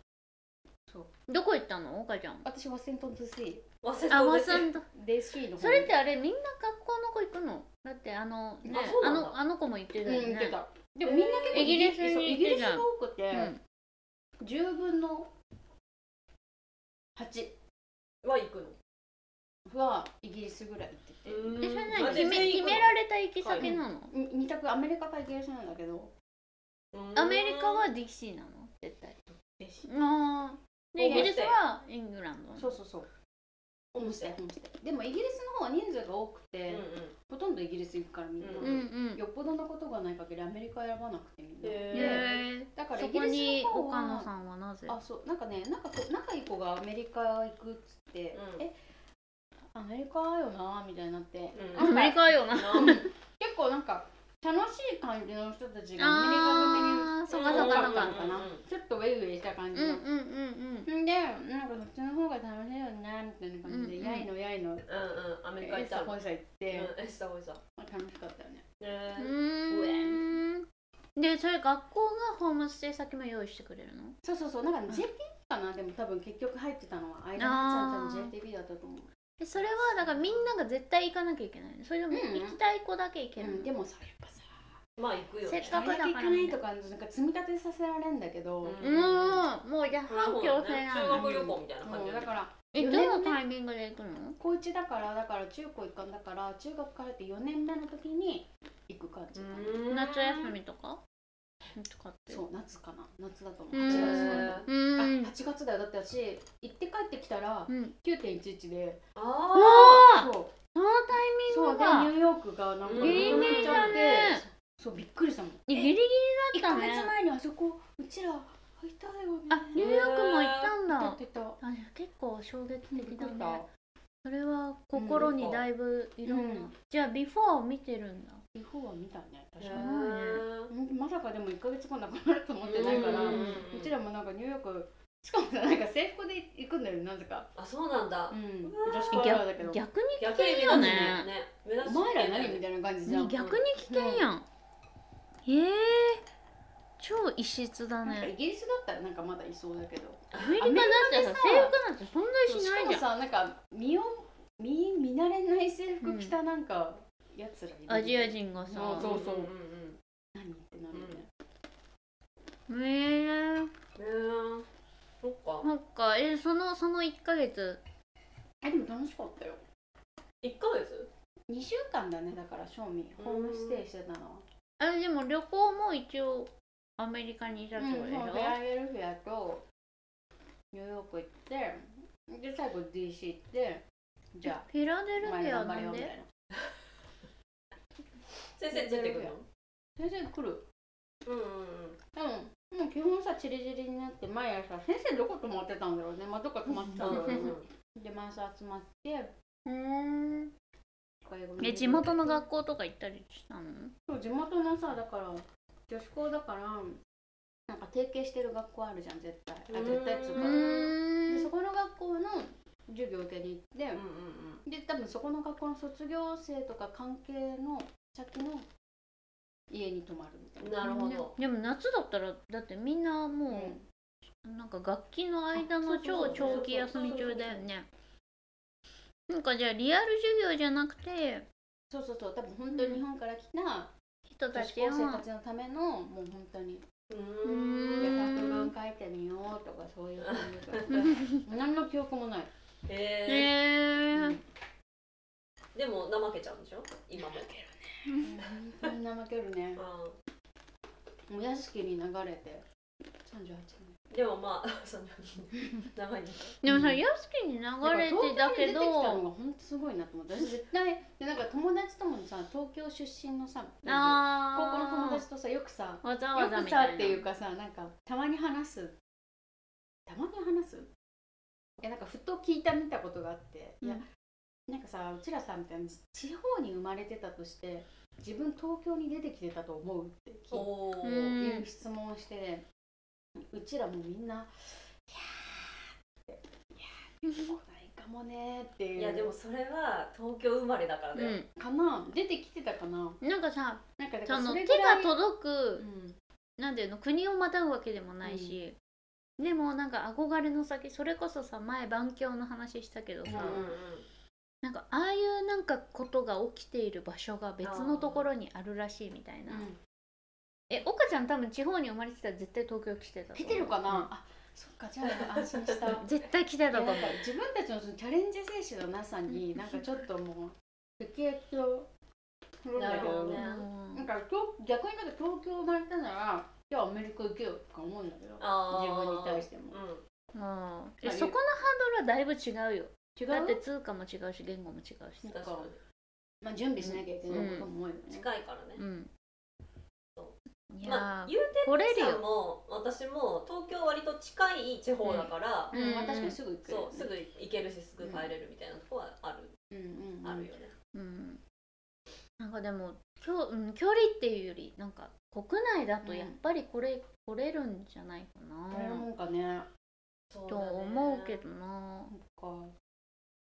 Speaker 3: どこ行ったの岡ちゃん
Speaker 1: 私ワシントン 2C
Speaker 2: ん忘れ
Speaker 3: あ
Speaker 2: た
Speaker 3: わさんと
Speaker 1: で C の方
Speaker 3: それってあれみんな学校の子行くのだってあのね
Speaker 2: あそう
Speaker 3: あ
Speaker 2: なんだ
Speaker 3: のあの子も行って
Speaker 1: う
Speaker 3: たよ
Speaker 1: ん言って
Speaker 3: ね
Speaker 1: たでもみんな結構
Speaker 3: イギリスに
Speaker 1: そうイギ
Speaker 3: 行っ
Speaker 1: リ
Speaker 3: て
Speaker 1: ス
Speaker 3: たじゃん
Speaker 1: が多くて、
Speaker 3: うん
Speaker 1: 10分の
Speaker 2: は行くの
Speaker 1: 8はイギリスぐらい行ってて、
Speaker 3: えそれ
Speaker 2: まあ
Speaker 3: 何決
Speaker 2: 全
Speaker 3: め
Speaker 2: 然行
Speaker 3: 決
Speaker 2: くの
Speaker 3: められた行き先なの
Speaker 1: に二択アメリカかイギリスなんだけど
Speaker 2: うん
Speaker 3: アメリカはディキシーなの絶対
Speaker 1: でし
Speaker 3: あーで
Speaker 2: ホ
Speaker 3: イ
Speaker 2: ームステイ
Speaker 3: ギリスはイングランド
Speaker 1: そう
Speaker 3: の
Speaker 1: そうそう
Speaker 2: ホー
Speaker 1: ホー
Speaker 2: ム
Speaker 1: ム
Speaker 2: ス
Speaker 1: ス
Speaker 2: テ
Speaker 1: テ
Speaker 2: イ
Speaker 1: イホームステイでもイギリスの方は人数が多く
Speaker 2: う
Speaker 1: て、
Speaker 2: んうん
Speaker 1: ほとんどイギリス行くからみんな、
Speaker 2: う
Speaker 3: うんうん
Speaker 1: よっぽどのことがない限りアメリカ選ばなくてみんな、
Speaker 2: へえ
Speaker 3: へ
Speaker 1: だか
Speaker 3: ー
Speaker 1: ら
Speaker 3: そ
Speaker 1: イギ
Speaker 3: こ
Speaker 1: リ
Speaker 3: に
Speaker 1: スの方
Speaker 3: 岡
Speaker 1: は
Speaker 3: 野さんはなぜ
Speaker 1: あそうなんかねなんかこう仲いい子がアメリカ行くっつって、
Speaker 2: うん
Speaker 1: えアメリカよなみたいになって、
Speaker 2: うん
Speaker 3: アメリカよな
Speaker 2: なんで
Speaker 1: 結構なんか楽しい感じの人たちがアメリカ組に
Speaker 3: あーそっかそっかそっか
Speaker 1: 多ったな
Speaker 2: うんうんうん
Speaker 1: ちょっとウェイウェイした感
Speaker 3: うん
Speaker 1: じ
Speaker 3: う
Speaker 1: の、
Speaker 3: んうんうん
Speaker 1: ん、でなんかそっちの方が楽しいよねみたいな感じで、
Speaker 3: うんうん
Speaker 1: やいのやいの
Speaker 2: うんうんアメリカ
Speaker 1: エ
Speaker 2: 行っ
Speaker 1: スタ
Speaker 2: た
Speaker 1: ポ
Speaker 2: の
Speaker 1: イサ行って、
Speaker 2: うんエスタホイさん
Speaker 1: まあ楽しかったよね
Speaker 2: ね
Speaker 3: うーんでそれ学校がホームステイ先も用意してくれるの
Speaker 1: そうそうそうなんかね
Speaker 3: うん
Speaker 1: JP かなでも多分結局入ってたのは間にちゃんちゃん JTB だったと思う、
Speaker 3: えそれはだからみんなが絶対行かなきゃいけないのそれでも
Speaker 1: うんうん
Speaker 3: 行きたい子だけ行け
Speaker 1: う
Speaker 3: るの、
Speaker 1: ん、でもさやっぱさ
Speaker 2: まあ行くよ
Speaker 3: せ
Speaker 2: ね
Speaker 3: っ
Speaker 1: あ
Speaker 3: か
Speaker 1: れだ
Speaker 3: くだ
Speaker 1: け
Speaker 3: か
Speaker 1: 行
Speaker 3: ら
Speaker 1: かないとかなんか積み立てさせられんだけど、
Speaker 2: うん
Speaker 3: うんもうじゃあ反響せな
Speaker 2: 修
Speaker 3: い
Speaker 2: 学旅行みたいな感
Speaker 1: そ
Speaker 2: じ
Speaker 1: うだ
Speaker 2: だ
Speaker 1: から
Speaker 3: え
Speaker 1: 四
Speaker 3: ど
Speaker 1: 年目
Speaker 3: のタイミングで行くの
Speaker 1: 高1だからだから中高一貫だから中学からって4年目の時に行く感じかな、
Speaker 3: 夏休
Speaker 2: み
Speaker 3: みとかとかって
Speaker 1: そう夏かな夏だと思う
Speaker 3: うん
Speaker 1: 8月
Speaker 3: う
Speaker 1: あ
Speaker 3: ーん
Speaker 1: 8月だよだって私行って帰ってきたら
Speaker 3: うん
Speaker 1: 9.11で
Speaker 3: お
Speaker 2: あ
Speaker 3: ー
Speaker 1: そう
Speaker 3: そのタイミ
Speaker 1: そ
Speaker 3: ン
Speaker 1: う
Speaker 3: グ
Speaker 1: でニ
Speaker 3: が
Speaker 1: ューヨークがなんかなくなっ
Speaker 2: ギリギリ
Speaker 1: ちゃ
Speaker 3: だ
Speaker 1: って、
Speaker 3: ね
Speaker 1: そうびっくりしたもん
Speaker 3: ギリギリ
Speaker 1: 1
Speaker 3: だっ
Speaker 1: ヶ
Speaker 3: たね
Speaker 1: 月前にあそこうちら入ったよね
Speaker 3: あニューヨークも行ったんだ
Speaker 1: 行った行っ
Speaker 3: あ結構衝撃
Speaker 1: たびっ
Speaker 3: 的
Speaker 1: く
Speaker 3: だ
Speaker 1: りした
Speaker 3: ねそれは心にだいぶいろんな、
Speaker 1: うん
Speaker 3: じゃあビフォーを見てるんだ
Speaker 1: 日本は見たね確
Speaker 2: ー
Speaker 1: か
Speaker 3: へ
Speaker 1: に
Speaker 3: ー
Speaker 1: うんまさかでも1ヶ月後なくなると思ってないから
Speaker 3: うん
Speaker 1: うちらもなんかニューヨークしかもさなんか制服で行くんだよねなぜか
Speaker 2: あそうなんだ
Speaker 1: うん
Speaker 2: うわー
Speaker 1: 女子
Speaker 3: え
Speaker 1: 高
Speaker 3: 逆
Speaker 1: 校だけど
Speaker 3: 逆に
Speaker 2: 逆に目立つねね目立
Speaker 1: お
Speaker 2: つ
Speaker 1: 前ら何みたいな感じじゃん、
Speaker 3: ね逆に危険やん、えー、超異質だ
Speaker 1: なんかイ
Speaker 3: ね
Speaker 1: ギリスだったらなんかまだいそうだけど
Speaker 3: アメリカだってさ
Speaker 1: アメリカ
Speaker 3: 制
Speaker 1: っ
Speaker 3: 服なんて存在し
Speaker 1: し
Speaker 3: ない
Speaker 1: か
Speaker 3: じ
Speaker 1: も
Speaker 3: ゃん
Speaker 1: さなんか身を身見慣れない制服着たなんかやつらいる
Speaker 3: アジア人がさ
Speaker 1: そうそうそう
Speaker 2: うん
Speaker 1: 何ってなるよね、
Speaker 3: えー、
Speaker 2: うんうんねえそっか
Speaker 3: そっかえそのその1ヶ月
Speaker 1: あでも楽しかったよ
Speaker 2: 一ヶ月
Speaker 1: 2週間だねだから正味ホームステイしてたのは
Speaker 3: あでも旅行も一応アメリカにいた
Speaker 1: う
Speaker 3: っ
Speaker 1: ん、
Speaker 3: て
Speaker 1: そ
Speaker 3: こ
Speaker 1: うフ
Speaker 3: とでしょ、
Speaker 1: ェアエルフィアとニューヨーク行ってで最後 DC 行ってじゃ
Speaker 3: フィラデ
Speaker 1: あ
Speaker 3: ル
Speaker 1: お
Speaker 3: フ
Speaker 1: 前
Speaker 3: ィ
Speaker 1: ら
Speaker 3: ア
Speaker 1: 頑張
Speaker 3: な
Speaker 1: れよ
Speaker 3: ん
Speaker 1: みたい
Speaker 3: で
Speaker 1: な
Speaker 2: 先生ついてくるの
Speaker 1: 先生来る
Speaker 2: うんうんうん
Speaker 1: うんもう基本さチリチリになって毎朝先生どこ泊まってたんだろうねまあどっか泊まってたんだろうねで毎朝集まって
Speaker 3: うーんえ
Speaker 1: え
Speaker 3: 地元の学校とか行ったりしたの
Speaker 1: そう地元のさだから女子校だからなんか提携してる学校あるじゃん絶対あ
Speaker 2: うん
Speaker 1: 絶対っつう
Speaker 3: う
Speaker 1: かで
Speaker 3: ー
Speaker 1: そ
Speaker 3: ん
Speaker 1: この学校の授業を受けに行って
Speaker 2: うんう、ん
Speaker 1: で多分そこの学校の卒業生とか関係の先の家に泊まるみたい
Speaker 2: うん
Speaker 1: な。
Speaker 2: なるほど
Speaker 3: でも夏だったらだってみんな
Speaker 1: う
Speaker 3: も
Speaker 1: ん
Speaker 3: う、なんか楽器の間
Speaker 1: あ
Speaker 3: の
Speaker 1: そう
Speaker 3: 超
Speaker 1: そうそう
Speaker 3: 長期休み中だよねなんかじゃあリアル授業じゃなくて
Speaker 1: そうそうそう多分本当に日本から来た
Speaker 3: 人た
Speaker 1: 女子
Speaker 3: ちを
Speaker 1: 高生たちのためのもう本当に
Speaker 2: う
Speaker 1: で
Speaker 3: うん
Speaker 2: ん
Speaker 1: 作文書いてみようとかそういう感じが何の記憶もない。
Speaker 3: へ
Speaker 2: え
Speaker 3: え
Speaker 1: う
Speaker 3: ー
Speaker 1: ん
Speaker 2: ーでも怠けちゃうんでしょ今も
Speaker 1: 本当に怠けるね。
Speaker 2: うん
Speaker 1: お屋敷に流れて38
Speaker 2: でもまあ そんな長いね
Speaker 3: でもさ
Speaker 1: うん
Speaker 3: 屋敷に流れてだけ
Speaker 1: 東京に出てきたの
Speaker 3: ど
Speaker 1: が本当すごいなと思って私絶対でなんか友達ともさ東京出身のさ高校の友
Speaker 3: あ
Speaker 1: 達とさよくさ
Speaker 3: ーわざ
Speaker 1: よ
Speaker 3: わざ
Speaker 1: く
Speaker 3: みた
Speaker 1: さ
Speaker 3: いな
Speaker 1: っていうかさなんかたまに話すたまに話すいやなんかふと聞いた見たことがあって、いや
Speaker 3: うん
Speaker 1: なんかさうちらさみたいな地方に生まれてたとして自分東京に出てきてたと思うって聞いて
Speaker 2: おお
Speaker 3: うん
Speaker 1: いう質問をして、うちらもみんな「いやー」って「いやー出てこないかもね」っていう
Speaker 2: いやでもそれは東京生まれだからだよ
Speaker 1: かな出てきてたかな
Speaker 3: うん、なんかさ
Speaker 1: なんかだか
Speaker 3: そ
Speaker 1: ら
Speaker 3: の
Speaker 1: それ
Speaker 3: 手
Speaker 1: ぐら
Speaker 3: が
Speaker 1: い
Speaker 3: 届く
Speaker 1: うん
Speaker 3: なんていうの国をまたぐわけでもないし、でもなんか憧れの先それこそさ前番郷の話したけどさ、
Speaker 2: うんうん
Speaker 3: なんかああいうなんかことが起きている場所が別のところにあるらしいみたいな、
Speaker 1: うん
Speaker 3: え岡ちゃん多分地方に生まれてたら絶対東京来てたと
Speaker 1: 出
Speaker 3: 思う
Speaker 1: てるかな、あそっかじゃあ安心 した
Speaker 3: うん絶対来てたと
Speaker 1: なんか
Speaker 3: 思う
Speaker 1: 自分たちのそのチャレンジ精神のなさになんかちょっともう不景気をするんだけどね
Speaker 2: なる
Speaker 3: うん
Speaker 1: なんか東逆になんか東京生まれたならじゃあアメリカ行けよとか思うんだけど
Speaker 2: あー
Speaker 1: 自分に対しても
Speaker 2: うん
Speaker 3: うん
Speaker 1: い
Speaker 3: えそこのハードルはだいぶ違うよ
Speaker 1: 違う
Speaker 3: だって通貨も違うし言語も違うしさ
Speaker 1: なん
Speaker 2: 確
Speaker 1: か
Speaker 2: か
Speaker 1: まあ、準備しなきゃいけないことも多いよ
Speaker 2: に
Speaker 1: ね、
Speaker 2: 近いからね
Speaker 3: うん
Speaker 2: そ
Speaker 3: いやー、
Speaker 2: まあ言うて
Speaker 3: 来れる
Speaker 2: 皆さん
Speaker 3: よ
Speaker 2: も私も東京割と近い地方だから
Speaker 3: ん
Speaker 1: うんまあ、確かにすぐ行くよね、
Speaker 2: そうすぐ行けるしすぐ帰れるみたいなとこはある
Speaker 1: うんうんうん
Speaker 2: あるよね
Speaker 3: うん、なんかでもきょ、うん、距離っていうよりなんか国内だとやっぱりこれ、来れるんじゃないか
Speaker 1: これ
Speaker 3: な、
Speaker 1: なんかね
Speaker 2: そう
Speaker 3: と
Speaker 2: だね
Speaker 3: 思うけどな
Speaker 1: なんか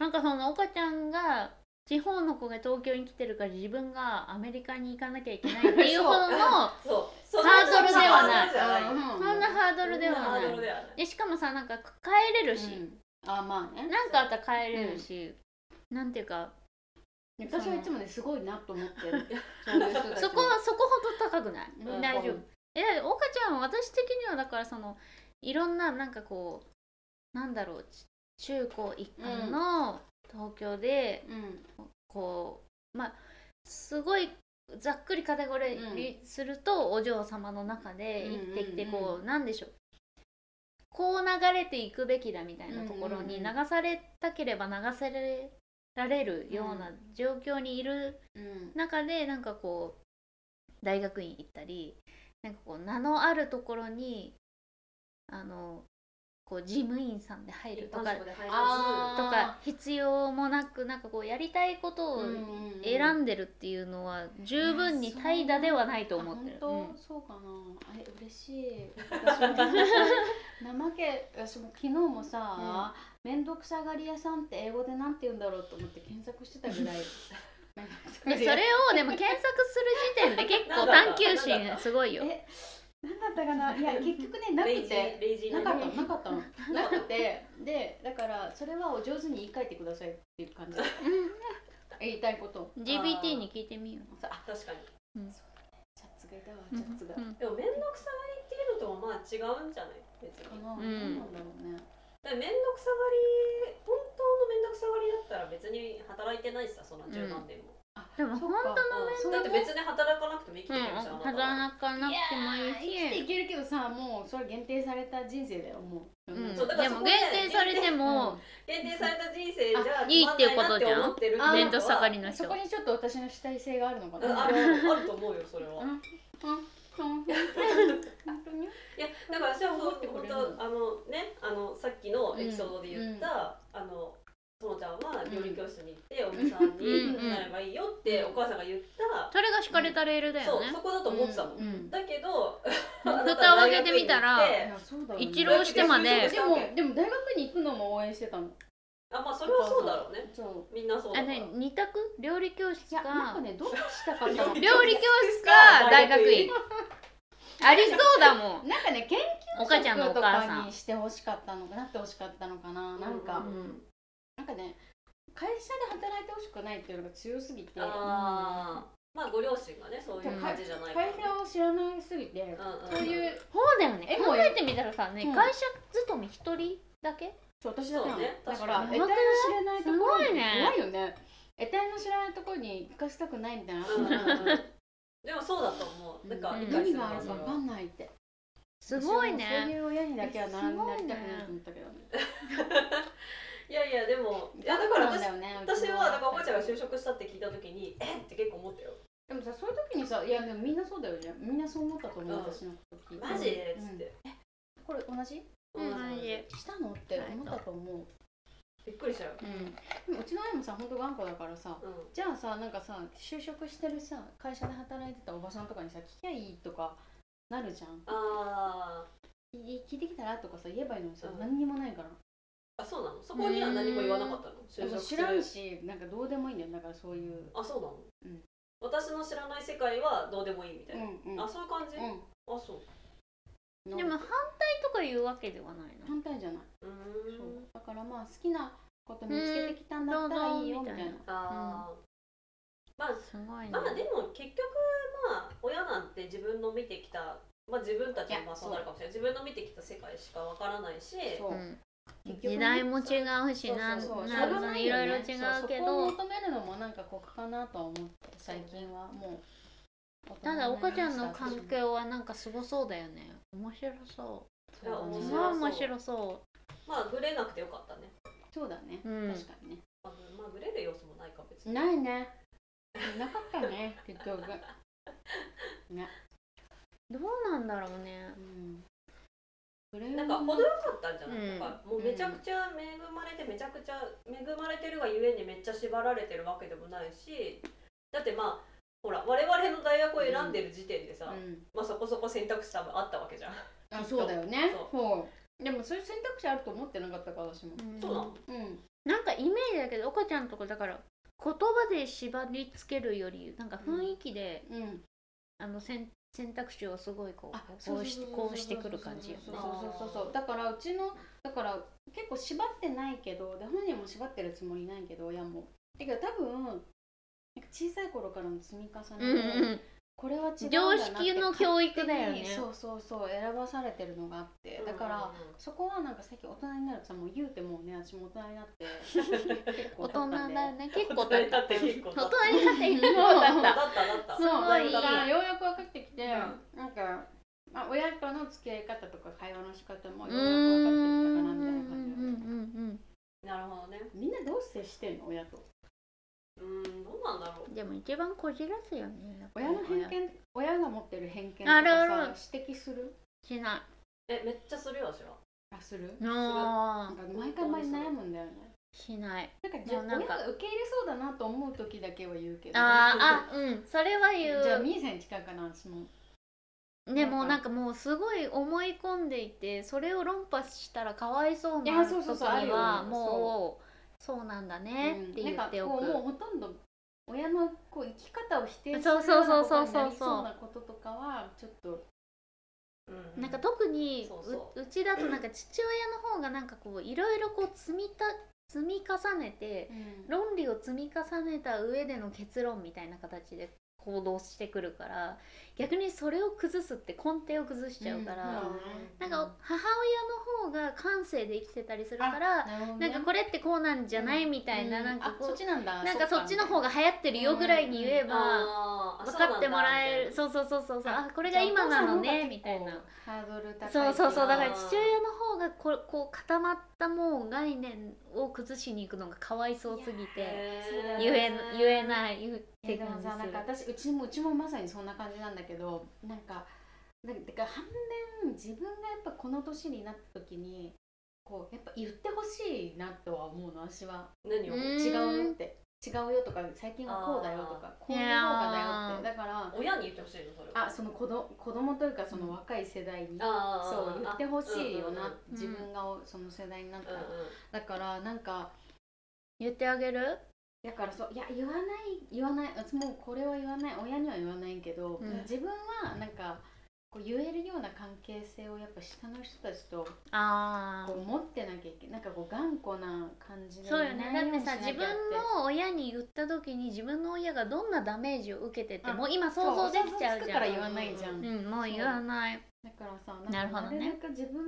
Speaker 3: なんかその岡ちゃんが地方の子が東京に来てるから自分がアメリカに行かなきゃいけないっていう
Speaker 1: そう
Speaker 3: ほどの
Speaker 2: そうそん
Speaker 3: ハードルではない
Speaker 2: ハードルじゃない
Speaker 1: うん
Speaker 3: そんなハードルでは
Speaker 2: ハ
Speaker 3: な
Speaker 2: ードル
Speaker 3: い
Speaker 2: ではない
Speaker 3: えでしかもさなんか帰れるし、
Speaker 1: うんあまあね
Speaker 3: なんかあったら帰れるし、なんていうか
Speaker 1: 私はいつもねすごいなと思ってるそういう人たちも
Speaker 3: そこはそこほど高くない、
Speaker 1: うん
Speaker 3: 大丈夫
Speaker 1: うん
Speaker 3: えだって岡ちゃんは私的にはだからそのいろんななんかこうなんだろうち中高一貫の東京で
Speaker 1: うん
Speaker 3: こうまあすごいざっくりカテゴリーすると、お嬢様の中で生きてきて
Speaker 1: うんうんうんうん
Speaker 3: こうなんでしょうこう流れていくべきだみたいなところに
Speaker 1: うん
Speaker 3: 流
Speaker 1: うんうん
Speaker 3: されたければ流されられるような状況にいる
Speaker 1: うん
Speaker 3: 中でなんかこう大学院行ったりなんかこう名のあるところにあのこう事務員さんで入るとかと
Speaker 2: で入
Speaker 1: あ
Speaker 3: か必要もなくなんかこうやりたいことを
Speaker 1: うん
Speaker 3: 選んでるっていうのは十分に怠惰ではないと思ってる
Speaker 1: あ。本
Speaker 3: うん
Speaker 1: 当そうかなあれ嬉しい私も怠け私も昨日もさ面倒くさがり屋さんって英語でなんて言うんだろうと思って検索してたぐらい面倒くさが
Speaker 3: で
Speaker 1: り
Speaker 3: そ
Speaker 1: 屋
Speaker 3: れをでも検索する時点で結構探求
Speaker 2: なん
Speaker 3: 心
Speaker 2: だ
Speaker 3: すごいよ。
Speaker 1: えなんだったかないや結局ねなく
Speaker 2: レイジー
Speaker 1: て
Speaker 2: レイジー
Speaker 1: なかった
Speaker 2: ね
Speaker 1: のなかったの なくてでだからそれはお上手に言い換えてくださいっていう感じ言いたいこと
Speaker 3: GBT に聞いてみよう。
Speaker 1: あーさあ
Speaker 2: 確かに
Speaker 1: チャッツがいたわチャッツが
Speaker 3: う
Speaker 1: か
Speaker 3: ん
Speaker 2: でも面倒くさがりっていうのともまあ違うんじゃない別に
Speaker 1: な、
Speaker 3: ん
Speaker 1: どうなんだろうね
Speaker 2: だから面倒くさがり本当の面倒くさがりだったら別に働いてないしさそんな10何年も、
Speaker 3: でも
Speaker 1: そ
Speaker 3: 本
Speaker 1: っか
Speaker 3: 当
Speaker 2: うんだって別に働かなくても生き
Speaker 3: う
Speaker 2: て
Speaker 3: ん、
Speaker 2: いけるじゃん、あなたは
Speaker 3: 働かなくてもいいし。
Speaker 1: 生きていけるけどさもうそれ限定された人生だよもう、
Speaker 3: うん、で
Speaker 2: そうだからそ
Speaker 3: も
Speaker 2: こで
Speaker 3: 限定されても、
Speaker 2: 限定された人生じゃ
Speaker 3: あいいっていうことじゃ
Speaker 2: つまんないなって
Speaker 3: ん
Speaker 2: 思ってるっていうの
Speaker 1: う
Speaker 2: は
Speaker 1: ん
Speaker 3: 面倒さがりの
Speaker 1: そ
Speaker 3: 人
Speaker 1: こにちょっと私の主体性があるのか
Speaker 2: うん
Speaker 1: な
Speaker 2: あるあると思うよそれは、
Speaker 1: うん本当に
Speaker 2: いやだから私はそう
Speaker 1: 思ってく
Speaker 2: 本
Speaker 1: れる
Speaker 2: 当あのねあのさっきのエピソードで言った、あのともちゃんは料理教室に行って、おじさん
Speaker 3: うん
Speaker 2: になればいいよってお母さんが言った、
Speaker 3: それが敷かれたレールだよ
Speaker 2: そう
Speaker 3: ね
Speaker 2: そ。こだと思ってたもん、
Speaker 1: うん
Speaker 2: だけど
Speaker 3: 蓋を開けてみたら
Speaker 2: あなたは大学に行
Speaker 1: いや
Speaker 2: って
Speaker 1: そうだよね
Speaker 3: 一浪してまで、
Speaker 1: でもでも大学に行くのも応援してたの
Speaker 2: あまあそれはそうだろうね
Speaker 1: そう
Speaker 2: みんなそうだ
Speaker 3: あ
Speaker 2: か
Speaker 3: ね
Speaker 2: ら
Speaker 3: 二択料理教室
Speaker 1: いやなん
Speaker 3: か
Speaker 1: かねどうしたかったの
Speaker 3: 料理教室か大学院
Speaker 2: 大。
Speaker 3: ありそうだも ん。
Speaker 1: なんかね研
Speaker 3: お
Speaker 1: 究
Speaker 3: 母ちゃんの
Speaker 1: 職
Speaker 3: お
Speaker 1: と
Speaker 3: 母
Speaker 1: か
Speaker 3: さ
Speaker 1: に
Speaker 3: ん。
Speaker 1: してほしかったのかなってほしかったのかな、なんか、
Speaker 2: うん
Speaker 1: なんかね会社で働いてほしくないっていうのが強すぎて
Speaker 2: あーまあご両親がねそういう感じじゃないから
Speaker 1: 会社を知らないすぎて、
Speaker 2: うん
Speaker 1: そういう
Speaker 3: そうだよね。
Speaker 1: え
Speaker 3: 考えてみたらさ、ね
Speaker 1: うん
Speaker 3: 会社勤め一人だけ。
Speaker 1: そう私だけな
Speaker 2: そう
Speaker 1: の
Speaker 2: ね
Speaker 1: だか
Speaker 2: 確
Speaker 1: ら
Speaker 2: か
Speaker 1: 得
Speaker 3: に
Speaker 1: 体の知れないところ
Speaker 3: すごい
Speaker 1: に
Speaker 3: ね
Speaker 1: 怖いよね得体の知らないところに行かせたくないみたいな、
Speaker 2: うんうんうんでもそうだと思うなんか理
Speaker 1: 意
Speaker 2: 解す
Speaker 1: 味
Speaker 2: る
Speaker 1: があ
Speaker 2: わ
Speaker 1: る
Speaker 2: そ
Speaker 1: か
Speaker 2: れは
Speaker 1: 分かんないって
Speaker 3: すごい
Speaker 1: 私はそう
Speaker 3: ね。
Speaker 1: いう親にだけはなら
Speaker 3: すご
Speaker 1: ないり
Speaker 3: ね
Speaker 1: たくないと思ったけどね
Speaker 2: いやいやでもいやだから
Speaker 1: そう
Speaker 2: 私
Speaker 1: なんだよね
Speaker 2: 私はだからおばあちゃんが就
Speaker 1: 職
Speaker 2: 職したって聞いた時にえっって結構思ったよ
Speaker 1: でもさそういう時にさいやでもみんなそうだよねみんなそう思ったと思う
Speaker 2: うん
Speaker 1: 私の時
Speaker 2: マジでっ
Speaker 1: うん
Speaker 2: つって
Speaker 1: これ同じ
Speaker 3: うん
Speaker 2: 同じ
Speaker 3: マジで
Speaker 1: したのって思ったと思う
Speaker 2: びっくりしたよ
Speaker 3: うん。
Speaker 1: でもうちの親もさほんと頑固だからさ
Speaker 2: うん
Speaker 1: じゃあさなんかさ就職してるさ会社で働いてたおばさんとかにさ聞きゃいいとかなるじゃん
Speaker 2: あ
Speaker 1: い聞いてきたらとかさ言えばいいのにさ、
Speaker 2: うん
Speaker 1: 何にもないから
Speaker 2: ーあそうなのそこには何も言わなかったの
Speaker 1: で
Speaker 2: 就
Speaker 1: も
Speaker 2: 職
Speaker 1: 知
Speaker 2: す
Speaker 1: らん
Speaker 2: る
Speaker 1: しなんかどうでもいいんだよだからそういう
Speaker 2: あそうなの
Speaker 1: うん
Speaker 2: 私の知らない世界はどうでもいいみた
Speaker 1: う
Speaker 2: いなん
Speaker 1: うん
Speaker 2: あそういう感じあ
Speaker 1: う
Speaker 2: そうん
Speaker 3: でも反対とか言うわけではないの。
Speaker 1: 反対じゃないうそう
Speaker 2: ーん
Speaker 1: だからまあ好きなこと見つけてきたんだったらいいよみたいな
Speaker 3: うんどう
Speaker 2: あーまあ
Speaker 3: すごいね。
Speaker 2: まあでも結局まあ親なんて自分の見てきたまあ自分たちもまあそうなるかもしれない自分の見てきた世界しかわからないし
Speaker 1: そう、
Speaker 3: うん
Speaker 1: 結局ね
Speaker 3: 時代も違うし、
Speaker 1: そう
Speaker 3: な
Speaker 1: そうそう
Speaker 3: な
Speaker 1: しょうが
Speaker 3: ん
Speaker 1: な
Speaker 3: ない
Speaker 1: よ
Speaker 3: ろ
Speaker 1: ね
Speaker 3: いろ違うけ
Speaker 1: そ
Speaker 3: ど
Speaker 1: うそ。こを求めるのもなんか酷かなとは思って最近はもう
Speaker 3: ただ岡ちゃんの環
Speaker 1: 関係
Speaker 3: 境はなんかすごそうだよね面白そ
Speaker 1: そうだ
Speaker 3: う
Speaker 2: 面白
Speaker 1: ね
Speaker 3: すごい面白そ
Speaker 2: まあグレなくてよかったね
Speaker 1: そうだね、
Speaker 3: うん
Speaker 1: 確かにね
Speaker 2: まあまあグレる要素もないか別に
Speaker 1: ないね。なかったね、 結局。
Speaker 3: うどうなんだろうね
Speaker 1: うん。それは
Speaker 2: なんか程よかったんじゃない、
Speaker 3: うん
Speaker 2: なんかもうめちゃくちゃ恵まれてめちゃくちゃ恵まれてるがゆえにめっちゃ縛られてるわけでもないしだってまあほら我々の大学を選んでる時点でさ、
Speaker 1: うん。
Speaker 2: まあそこそこ選択肢多分あったわけじゃん、
Speaker 1: あ、そうだよね。
Speaker 2: そう
Speaker 1: そう。でも、そういう選択肢あると思ってなかったから、私も。
Speaker 3: ん
Speaker 2: そうなの
Speaker 1: うん。
Speaker 3: なんかイメージだけど岡ちゃんとかだから言葉で縛りつけるよりなんか雰囲気で、
Speaker 1: うん。
Speaker 3: あの選選択肢をすごいこ
Speaker 1: あ
Speaker 3: う
Speaker 1: そうそ
Speaker 3: こ
Speaker 1: うう
Speaker 3: し
Speaker 1: そう
Speaker 3: て
Speaker 1: そう
Speaker 3: こうしてくる感じよね
Speaker 1: そうそうそうそうだからうちのだから結構縛ってないけどで本人も縛ってるつもりないけど親もだけど多分なんか小さい頃からの積み重
Speaker 3: うんう
Speaker 1: ねで、
Speaker 3: ん
Speaker 1: これは違うんだなっ
Speaker 3: 常
Speaker 1: て
Speaker 3: 識の教育だよ
Speaker 1: 勝手に
Speaker 3: ね
Speaker 1: そうそうそう選ばされてるのがあってだから、そこはなんか最近大人になるとさもう言うてもうね私も大人になって 結
Speaker 3: 大
Speaker 1: 構経っ
Speaker 3: 人だ
Speaker 1: た
Speaker 3: よ
Speaker 1: んで
Speaker 3: ね結
Speaker 2: 結
Speaker 3: 構
Speaker 2: 構
Speaker 3: だ
Speaker 2: だ
Speaker 3: っ
Speaker 2: ったた
Speaker 3: 大
Speaker 2: って結構だった
Speaker 3: 人になって結
Speaker 1: そう
Speaker 3: 構だ
Speaker 1: だ
Speaker 3: っ
Speaker 1: っ
Speaker 2: だっ
Speaker 1: た
Speaker 3: た
Speaker 2: ただった
Speaker 1: そう
Speaker 3: すごい
Speaker 1: だからようやく分かってきて、
Speaker 2: うん
Speaker 1: なんか、まあ、親との付き合い方とか会話の仕方もようやく分かってきたかなみたいな感じだよね
Speaker 2: なるほどね
Speaker 1: みんなどう接してんの親と
Speaker 2: うんどうなんだろう
Speaker 3: でも一番こじらすよね
Speaker 1: 親の偏見親が持ってる偏見とか
Speaker 3: あるある
Speaker 1: さ指摘する
Speaker 3: しな
Speaker 2: えめっちゃするよ私は
Speaker 1: あする
Speaker 3: い
Speaker 1: なん
Speaker 3: の
Speaker 1: か毎回毎回悩むんだよね
Speaker 3: しない
Speaker 1: なんかじゃあ
Speaker 3: な
Speaker 1: 親
Speaker 3: んか
Speaker 1: が受け入れそうだなと思う時だけは言うけど
Speaker 3: あーあうんそれは言
Speaker 1: じゃあ
Speaker 3: う
Speaker 1: みーさんに近いかな私も
Speaker 3: でもなんかもうすごい思い込んでいてそれを論破したらかわいそう
Speaker 1: いや
Speaker 3: な
Speaker 1: そ
Speaker 3: 時
Speaker 1: うそうそうあ
Speaker 3: には
Speaker 1: るよ
Speaker 3: もうそうなんだねって言ってお
Speaker 1: うんなんかこうもう
Speaker 3: く
Speaker 1: ほとんど親のこう生き方を否定する
Speaker 3: そ
Speaker 1: よう
Speaker 3: う
Speaker 1: な
Speaker 3: そうそう
Speaker 1: こ
Speaker 3: そ
Speaker 1: と
Speaker 3: う
Speaker 1: に
Speaker 3: そう
Speaker 1: なりそうなこととかはちょっと
Speaker 2: うん
Speaker 3: なんか特に
Speaker 2: そうそう
Speaker 3: ううちだとなんか父親の方がなんかこういろいろこう積みた積み重ねて論理を積み重ねた上での結論みたいな形で行動してくるから逆にそれを崩すって根底を崩しちゃうから、
Speaker 1: うん
Speaker 3: なんか母親の方が感性で生きてたりするから
Speaker 1: なるほど
Speaker 3: な
Speaker 1: ね
Speaker 3: んかこれってこうなんじゃないみたいな、
Speaker 1: うん
Speaker 3: なんか
Speaker 1: あそ
Speaker 3: こ
Speaker 1: っちなんだ
Speaker 3: うなんかそっちの方
Speaker 1: が
Speaker 3: が流行ってるよぐらいに言えば
Speaker 2: あー
Speaker 3: 分かってもらえる
Speaker 2: そう
Speaker 3: そうそうそうそうそうあこれが今なのねみたいな
Speaker 1: ハードル高い
Speaker 3: そうそうそうだから
Speaker 2: あー
Speaker 3: 父親の方がこうこう固まったもう概念を崩しに行くのがかわいそうすぎ
Speaker 2: なんだ
Speaker 3: て
Speaker 2: よね
Speaker 3: 言え
Speaker 2: へー
Speaker 3: 言えない言っ
Speaker 1: いやで
Speaker 3: て感
Speaker 1: も
Speaker 3: じ
Speaker 1: さなんか
Speaker 3: す
Speaker 1: 私うちもうちもまさにそんな感じなんだけどなんかなんかてか反面自分がやっぱこの年になった時にこうやっぱ言ってほしいなとは思うの私は
Speaker 2: 何を
Speaker 3: うん
Speaker 1: 違うよって違うよとか最近はこうだよとかこういう方がだよってだから
Speaker 2: 親に言ってほしいのそれは
Speaker 1: あその子ど子供というかその若い世代に
Speaker 2: あー
Speaker 1: そう言ってほしいよ
Speaker 2: あ
Speaker 1: な
Speaker 3: うん
Speaker 1: 自分がその世代になった
Speaker 2: うんう
Speaker 1: ら
Speaker 2: んうん
Speaker 1: だからなんか
Speaker 3: 言ってあげる
Speaker 1: だからそういや言わない言わない私もうこれは言わない親には言わないけど、
Speaker 3: うん
Speaker 1: 自分はなんかこう言えるような関係性をやっぱ下の人たちと
Speaker 3: ああ
Speaker 1: こう持ってなきゃいけないなんかこう頑固な感じで
Speaker 3: そうよ
Speaker 1: い
Speaker 3: ね
Speaker 1: な
Speaker 3: だ
Speaker 1: い
Speaker 3: っ
Speaker 1: よう
Speaker 3: て
Speaker 1: にし
Speaker 3: さ
Speaker 1: なきゃ
Speaker 3: 自分の親に言った時に自分の親がどんなダメージを受けてて
Speaker 1: あ
Speaker 3: もう今想像できちゃ
Speaker 1: そ想像
Speaker 3: う
Speaker 1: つく
Speaker 3: じゃ
Speaker 1: から
Speaker 3: ん
Speaker 1: 言わないじゃん、
Speaker 3: うんもう言わない
Speaker 1: だからさ
Speaker 3: な
Speaker 1: な
Speaker 3: る
Speaker 1: ん
Speaker 3: ほ
Speaker 1: か
Speaker 3: ど
Speaker 1: な
Speaker 3: ね
Speaker 1: るべく自分、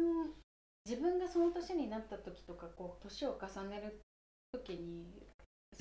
Speaker 1: 自分がその年になった時とかこう年を重ねる時に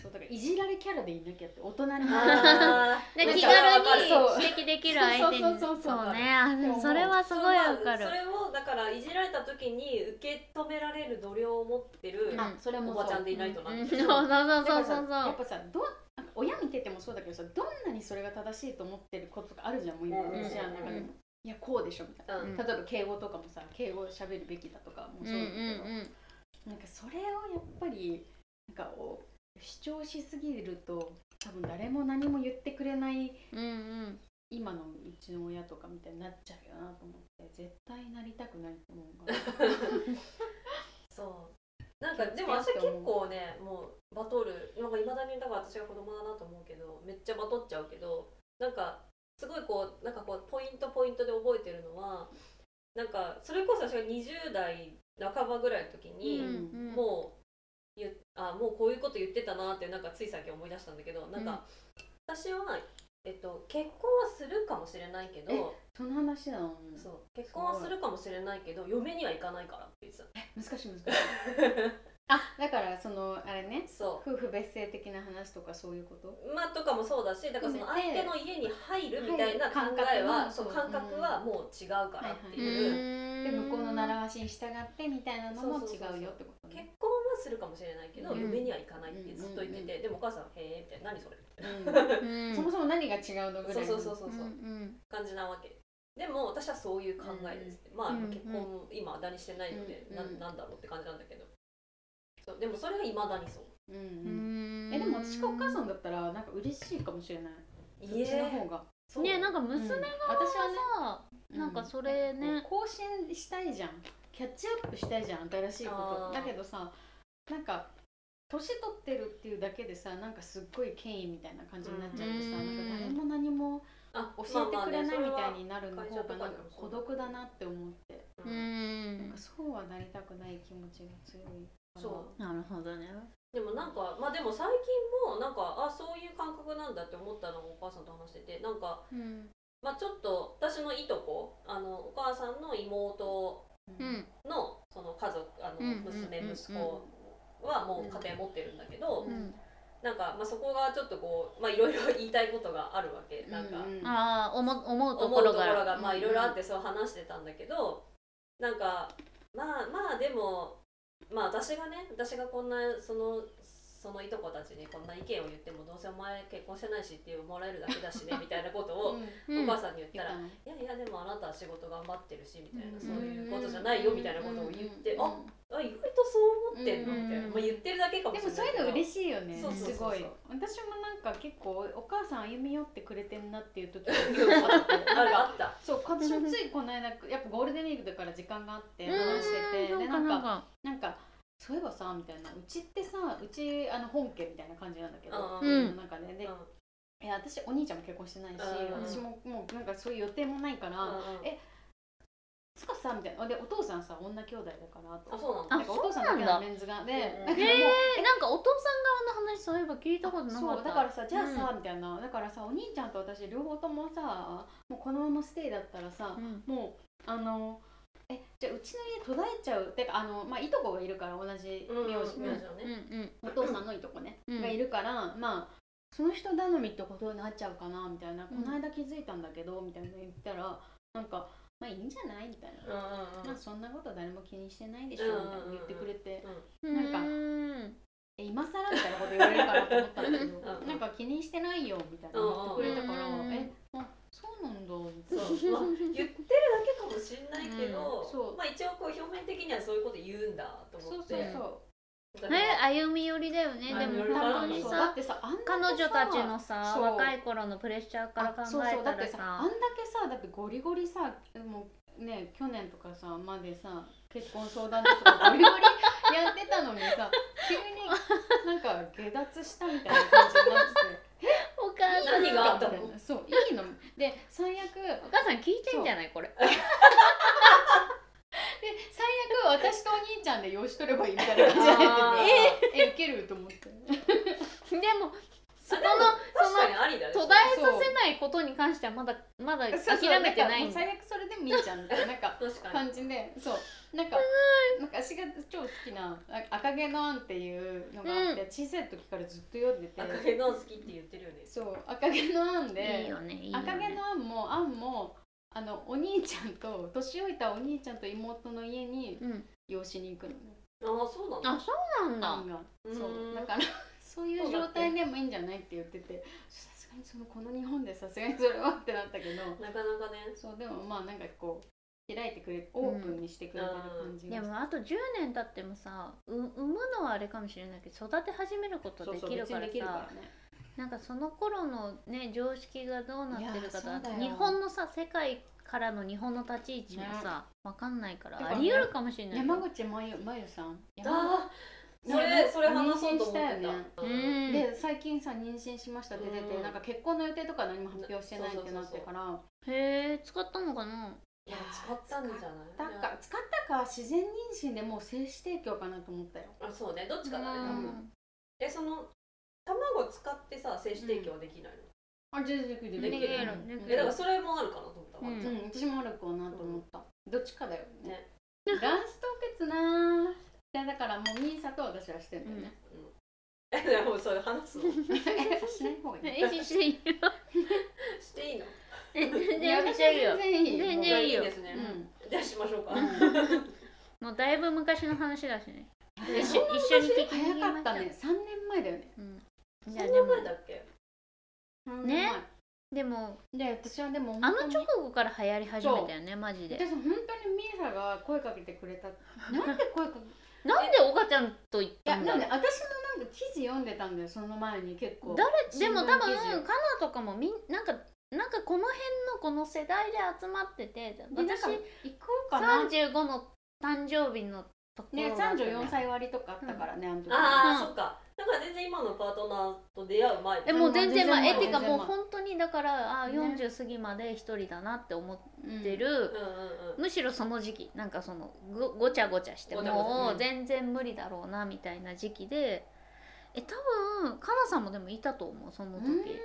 Speaker 1: そうだからいじられキャラでいなきゃって大人になる
Speaker 2: あー
Speaker 3: で
Speaker 1: なんか
Speaker 3: 気
Speaker 1: わ
Speaker 3: 軽
Speaker 1: か
Speaker 3: に
Speaker 1: る
Speaker 3: 指摘できる相手に
Speaker 1: そうそうそうそう
Speaker 3: そうねあ
Speaker 1: でも
Speaker 3: それはすごいわかる
Speaker 2: それをだからいじられた時に受け止められる度量を持ってる
Speaker 3: うん
Speaker 1: あそれ
Speaker 2: お
Speaker 1: も
Speaker 2: ばちゃん
Speaker 1: そう
Speaker 2: でいないとな
Speaker 3: うんそうそうそうそう
Speaker 1: だからさやっ
Speaker 3: そ
Speaker 1: ぱさどうなんか親見ててもそうだけどさどんなにそれが正しいと思ってることとかあるじゃんもう今
Speaker 2: うんうんうん
Speaker 1: 私らの中でもいやこうでしょみたいな、
Speaker 2: うん
Speaker 1: 例えば敬語とかもさ敬語しゃべるべきだとかも
Speaker 3: う
Speaker 1: そう
Speaker 3: う
Speaker 1: だ
Speaker 3: ん
Speaker 1: けど、
Speaker 3: うんうん
Speaker 1: なんかそれをやっぱりなんかこう主張しすぎると多分誰も何も言ってくれない
Speaker 3: うん
Speaker 1: 今のうちの親とかみたいになっちゃうよなと思って絶対なりたくないと思うから
Speaker 2: そうなんかでも私は結構ねもうバトルなんかいまだにだから私が子供だなと思うけどめっちゃバトっちゃうけどなんかすごいこうなんかこうポイントポイントで覚えてるのはなんかそれこそ私が20代半ばぐらいの時
Speaker 3: うん
Speaker 2: に、
Speaker 3: うん
Speaker 2: もうゆあもうこういうこと言ってたなってなんかついさっき思い出したんだけどなんか、私は、えっと、結婚はするかもしれないけど
Speaker 1: その話なの
Speaker 2: そう結婚はするかもしれないけど嫁には行かないからって言ってた
Speaker 1: 難しい難しい あだからそのあれね
Speaker 2: そ
Speaker 1: 夫婦別姓的な話とかそういうこと
Speaker 2: うまあとかもそうだしだからその相手の家に入るみたいな考え
Speaker 1: 入
Speaker 2: は
Speaker 1: る
Speaker 2: そう
Speaker 1: 感
Speaker 2: 感
Speaker 1: 覚
Speaker 2: 覚はもう違うからって
Speaker 3: う
Speaker 2: いう、
Speaker 1: で
Speaker 3: ん
Speaker 1: 向こうの習わしに従ってみたいなのも
Speaker 2: そうそ
Speaker 1: 違
Speaker 2: うそうそう
Speaker 1: うよってこと
Speaker 2: 結
Speaker 1: ね
Speaker 2: 婚はするかもしれないけど、
Speaker 1: うん
Speaker 2: 嫁には行かないってずっと言ってて、でもお母さん「へえ」みたいな「何それ」
Speaker 3: う
Speaker 1: うんんそもそも何が違うのぐ
Speaker 2: そ
Speaker 1: ら
Speaker 2: う
Speaker 1: い
Speaker 2: そうそううそうそう、
Speaker 3: うん
Speaker 2: 感じなわけでも私はそういう考えですって、まあ、
Speaker 3: うん
Speaker 2: 結婚も今はだにしてないので、
Speaker 1: うん
Speaker 2: な
Speaker 1: うん
Speaker 2: なんだろうって感じなんだけどそうでもそれはいまだにそう
Speaker 1: うん
Speaker 3: う
Speaker 1: うん
Speaker 3: ん
Speaker 1: えでも私がお母さ
Speaker 3: ん
Speaker 1: んだったらなんか嬉しいかもしれないそっ
Speaker 2: いえ
Speaker 1: ちの方が
Speaker 2: そう
Speaker 3: ねなんか娘
Speaker 1: うん
Speaker 3: が
Speaker 1: 私はね
Speaker 3: さなんかそれね
Speaker 1: こう更新したいじゃんキャッチアップしたいじゃん新しいこ
Speaker 2: あー
Speaker 1: とだけどさなんか年取ってるっていうだけでさなんかすっごい権威みたいな感じになっちゃってさ、
Speaker 3: うん
Speaker 1: なんか誰も何も
Speaker 2: あ
Speaker 1: 教えてくれないみたいになるの
Speaker 2: まあまあね
Speaker 1: 方
Speaker 2: それは
Speaker 1: がなんか孤独だなって思って
Speaker 2: まあ
Speaker 3: う
Speaker 2: ね
Speaker 1: なん
Speaker 3: ん
Speaker 1: かそうはなりたくない気持ちが強いから
Speaker 2: そう
Speaker 3: なるほどね
Speaker 2: でもなんかまあでも最近もなんかあそういう感覚なんだって思ったのをお母さんと話しててなんか
Speaker 3: うん
Speaker 2: まあちょっと私のいとこあのお母さんの妹
Speaker 1: う
Speaker 3: う
Speaker 1: ん
Speaker 3: ん
Speaker 2: のその家族あの
Speaker 3: うん
Speaker 2: 娘
Speaker 3: うん
Speaker 2: 息子はもう家庭持ってるんだけど、
Speaker 1: う
Speaker 2: なんかまあそこがちょっとこうまあいろいろ言いたいことがあるわけなんか、
Speaker 1: うん
Speaker 3: ああ思う思う
Speaker 2: 思
Speaker 3: と
Speaker 2: う
Speaker 3: ことろ
Speaker 2: こ
Speaker 3: が
Speaker 2: ろがまあいろいろあっててそう話してたんだけど、なんかまあまあでもまあ私がね私がこんなそのそのいとこたちにこんな意見を言ってもどうせお前結婚してないしって思われるだけだしねみたいなことを
Speaker 1: うん
Speaker 2: お母さんに言ったら
Speaker 1: 言っ
Speaker 2: 「
Speaker 1: たの
Speaker 2: いやいやでもあなたは仕事頑張ってるし」みたいな、
Speaker 1: うん
Speaker 2: そういうことじゃないよみたいなことを言って「
Speaker 1: うん
Speaker 2: ああ意外とそう思ってんの」
Speaker 1: うん
Speaker 2: みたいな、
Speaker 3: うん
Speaker 2: まあ、言ってるだけかも
Speaker 1: で
Speaker 2: し
Speaker 1: も
Speaker 2: れ
Speaker 1: そ
Speaker 2: な
Speaker 1: う
Speaker 2: い
Speaker 1: いうの
Speaker 2: しい
Speaker 1: 嬉しいよね
Speaker 2: そうそうそうそう
Speaker 1: すごい私もなんか結構お母さん歩み寄ってくれてんなっていう時が結構あって
Speaker 2: あるあった
Speaker 1: そう私もついこの間やっぱゴールデンウィークだから時間があって
Speaker 3: うん
Speaker 1: 話してて
Speaker 3: う
Speaker 1: で
Speaker 3: ん
Speaker 1: な
Speaker 3: なん
Speaker 1: ん
Speaker 3: か
Speaker 1: か
Speaker 3: なんか
Speaker 1: なんかそういえばさみたいなうちってさうちあの本家みたいな感じなんだけど、
Speaker 2: うん
Speaker 1: なんかね
Speaker 2: う
Speaker 1: で、
Speaker 2: ん
Speaker 1: いや私お兄ちゃんも結婚してないし、
Speaker 2: うん
Speaker 1: 私ももうなんかそういう予定もないから、
Speaker 2: うん
Speaker 1: えつかさみたいなでお父さんさ女兄弟だから
Speaker 2: あ
Speaker 1: と
Speaker 2: そうなんだ
Speaker 1: なんかお父さんだけの
Speaker 3: あそうなんだ
Speaker 1: メンズがで、
Speaker 2: うん
Speaker 1: だからもう、
Speaker 3: えなんかお父さん側の話そういえば聞いたことなかった
Speaker 1: そうだからさじゃあさ、みたいなだからさお兄ちゃんと私両方ともさもうこのままステイだったらさ
Speaker 3: う、ん
Speaker 1: もうあのえじゃあうちの家途絶えちゃうてかあの、まあ、いとこがいるから同じ名
Speaker 2: うんうん
Speaker 1: 字、
Speaker 2: うん
Speaker 3: うんうん
Speaker 1: お父さんのいとこね、
Speaker 3: うん
Speaker 1: がいるからまあその人頼みってことになっちゃうかなみたいな、
Speaker 3: うん
Speaker 1: この間気づいたんだけどみたいな言ったらなんかまあいいんじゃないみたいな、
Speaker 2: うんうんうん
Speaker 1: まあそんなこと誰も気にしてないでしょみたいな言ってくれて、
Speaker 3: うん
Speaker 1: な
Speaker 3: うん
Speaker 1: え今更みたいなこと言われるかなと思ったんだけど
Speaker 2: うんうん
Speaker 1: なんか気にしてないよみたいな言ってくれたから、
Speaker 3: うんうん
Speaker 1: えあそうなんだみた
Speaker 2: そ
Speaker 1: いうな。
Speaker 2: まあ、言ってるだけかもしんないけど、
Speaker 1: うんそう
Speaker 2: まあ一応こう表面的にはそういうこと言うんだと
Speaker 1: そう
Speaker 2: 思っ
Speaker 1: そう
Speaker 2: て
Speaker 1: そ
Speaker 2: だから
Speaker 3: え歩み寄りだよね
Speaker 2: まあ
Speaker 3: でも
Speaker 2: 寄りかな
Speaker 3: 本当
Speaker 1: う
Speaker 3: に
Speaker 1: そうだ
Speaker 3: さ
Speaker 1: ってさあんだけ
Speaker 3: 彼
Speaker 1: さ
Speaker 3: 女たちのさ
Speaker 1: そう
Speaker 3: 若い頃のプレッシャーから考
Speaker 1: あそう
Speaker 3: え
Speaker 1: そうだ
Speaker 3: た
Speaker 1: って
Speaker 3: ら
Speaker 1: さあん
Speaker 3: さ
Speaker 1: だけさだってゴリゴリさもうね去年とかさまでさ結婚相談所とかゴリゴリやってたのに さ急になんか下脱したみたいな感じになって て
Speaker 3: お母さん
Speaker 2: 何があったの
Speaker 1: いいみいなそういいので最悪
Speaker 3: お母さん聞いてんじゃないこれ
Speaker 1: で最悪私とお兄ちゃんで養子取ればいいみたいな感じになっててえウケると思って
Speaker 3: でもそこの
Speaker 2: 確かにありだね
Speaker 3: 途絶えさせないことに関してはまだまだ諦めてない
Speaker 1: そうそうだからもうん
Speaker 3: だ
Speaker 1: 最悪それでみーちゃんみたいななんか
Speaker 2: 確かに
Speaker 1: 感じでそうなんかなんか私が超好きな「あ赤毛のアン」っていうのがあって、小さい時からずっと読んでて
Speaker 2: 赤毛の好きって言ってるよね
Speaker 1: そう赤毛のアンで
Speaker 3: いいよねいいよ
Speaker 1: 赤毛
Speaker 3: ね
Speaker 1: のアンもアンもあのお兄ちゃんと年老いたお兄ちゃんと妹の家に
Speaker 3: うん
Speaker 1: 養子に行くのね
Speaker 2: ああそうなんだ
Speaker 3: あそうなん
Speaker 1: ア
Speaker 3: だ
Speaker 1: ンが
Speaker 2: うん
Speaker 1: そうだから そういう状態でもいいんじゃないって言っててさすがにそのこの日本でさすがにそれはってなったけど
Speaker 2: なかなかね
Speaker 1: そうでもまあなんかこう開いてくれオープンにしてくれてる感じがして
Speaker 3: でもあと10年経ってもさう産むのはあれかもしれないけど育て始めることできるか
Speaker 1: そう
Speaker 3: ら
Speaker 1: そう別にできるから
Speaker 3: さ
Speaker 1: ね
Speaker 3: なんかその頃のね常識がどうなってるか
Speaker 1: いや
Speaker 3: だ
Speaker 1: そうだよ
Speaker 3: 日本のさ世界からの日本の立ち位置もさ、わかんないから
Speaker 1: てか
Speaker 3: あり得るかもしれないよ
Speaker 1: 山口まゆまゆさん山
Speaker 2: あーそれそれ話そうと思って
Speaker 1: 妊娠したよね
Speaker 2: た
Speaker 3: う
Speaker 2: うん
Speaker 3: ん
Speaker 1: で最近さ妊娠しましたって出て
Speaker 2: うん
Speaker 1: てなんか結婚の予定とか何も発表してないってなってから
Speaker 3: へえ使ったのかない
Speaker 2: や使ったんじゃない
Speaker 1: だか使ったか自然妊娠でもう精子提供かなと思ったよ
Speaker 2: あそうねどっちかだね
Speaker 3: う
Speaker 2: 多
Speaker 3: ん
Speaker 2: 分えその卵使ってさ精子提供はできないの、
Speaker 1: あ全然できる
Speaker 2: できる
Speaker 3: でき
Speaker 2: えだ
Speaker 3: る
Speaker 2: からそれもあるかなと思ったわ、
Speaker 3: うん
Speaker 1: うん私もある子なと思ったどっちかだよね
Speaker 2: ね
Speaker 1: 卵子凍結なーいやだからもうミーサと私はしてんだよね
Speaker 2: えでもそれ話すの
Speaker 1: えしない方がいい
Speaker 3: えしていいよ
Speaker 2: していいの
Speaker 3: え全
Speaker 1: いや
Speaker 3: 然
Speaker 1: 私
Speaker 3: していいよ
Speaker 1: 全然いい
Speaker 3: 全然いいよ
Speaker 2: ですね、
Speaker 1: うん
Speaker 2: じゃあしましょうか、
Speaker 3: もうだいぶ昔の話だしね
Speaker 1: え
Speaker 3: 一緒一緒に聞きに行
Speaker 1: 早
Speaker 3: き
Speaker 1: か
Speaker 3: ま
Speaker 1: っ
Speaker 3: した
Speaker 1: たね3年前だよね
Speaker 3: うん
Speaker 2: そ
Speaker 3: い
Speaker 2: んな
Speaker 3: やでも
Speaker 2: 前だっけ
Speaker 1: 3
Speaker 3: ね
Speaker 1: 年
Speaker 3: でも
Speaker 1: 前で私はでも
Speaker 3: あ
Speaker 1: 本
Speaker 3: の
Speaker 1: 当
Speaker 3: 直
Speaker 1: に
Speaker 3: 後から流行り始めたよねマジで
Speaker 1: 私本当にミーハが声かけてくれ たなんで声かけい
Speaker 3: なんで岡ちゃんと言っ
Speaker 1: や
Speaker 3: た
Speaker 1: なんんで私
Speaker 3: だ
Speaker 1: も
Speaker 3: ろ
Speaker 1: なんか記事読んでたんだよその前に結構
Speaker 3: う誰でも多分
Speaker 1: 新聞記事を
Speaker 3: カナとかもみんなんかなんかこの辺のこの世代で集まってて
Speaker 1: でなんか
Speaker 3: 私
Speaker 1: 行こうかな
Speaker 3: 35の誕生日のところ
Speaker 1: ね
Speaker 3: だった
Speaker 1: 34歳割とかあったからねあの時
Speaker 2: ああ、
Speaker 3: うん
Speaker 2: そっかだから全然今のパートナーと出会う前
Speaker 3: でもう全然まあ
Speaker 1: 全然
Speaker 3: えっていうか
Speaker 1: 全然
Speaker 3: もう本当にだからあ
Speaker 1: ね
Speaker 3: 40過ぎまで一人だなって思
Speaker 1: うん
Speaker 3: ってる、
Speaker 2: うんうんうん
Speaker 3: むしろその時期なんかそのごごちゃごちゃして
Speaker 2: ごちゃごちゃ
Speaker 3: も
Speaker 1: う
Speaker 3: うん全然無理だろうなみたいな時期でえ多分カナさんもでもいたと思うその時
Speaker 1: うん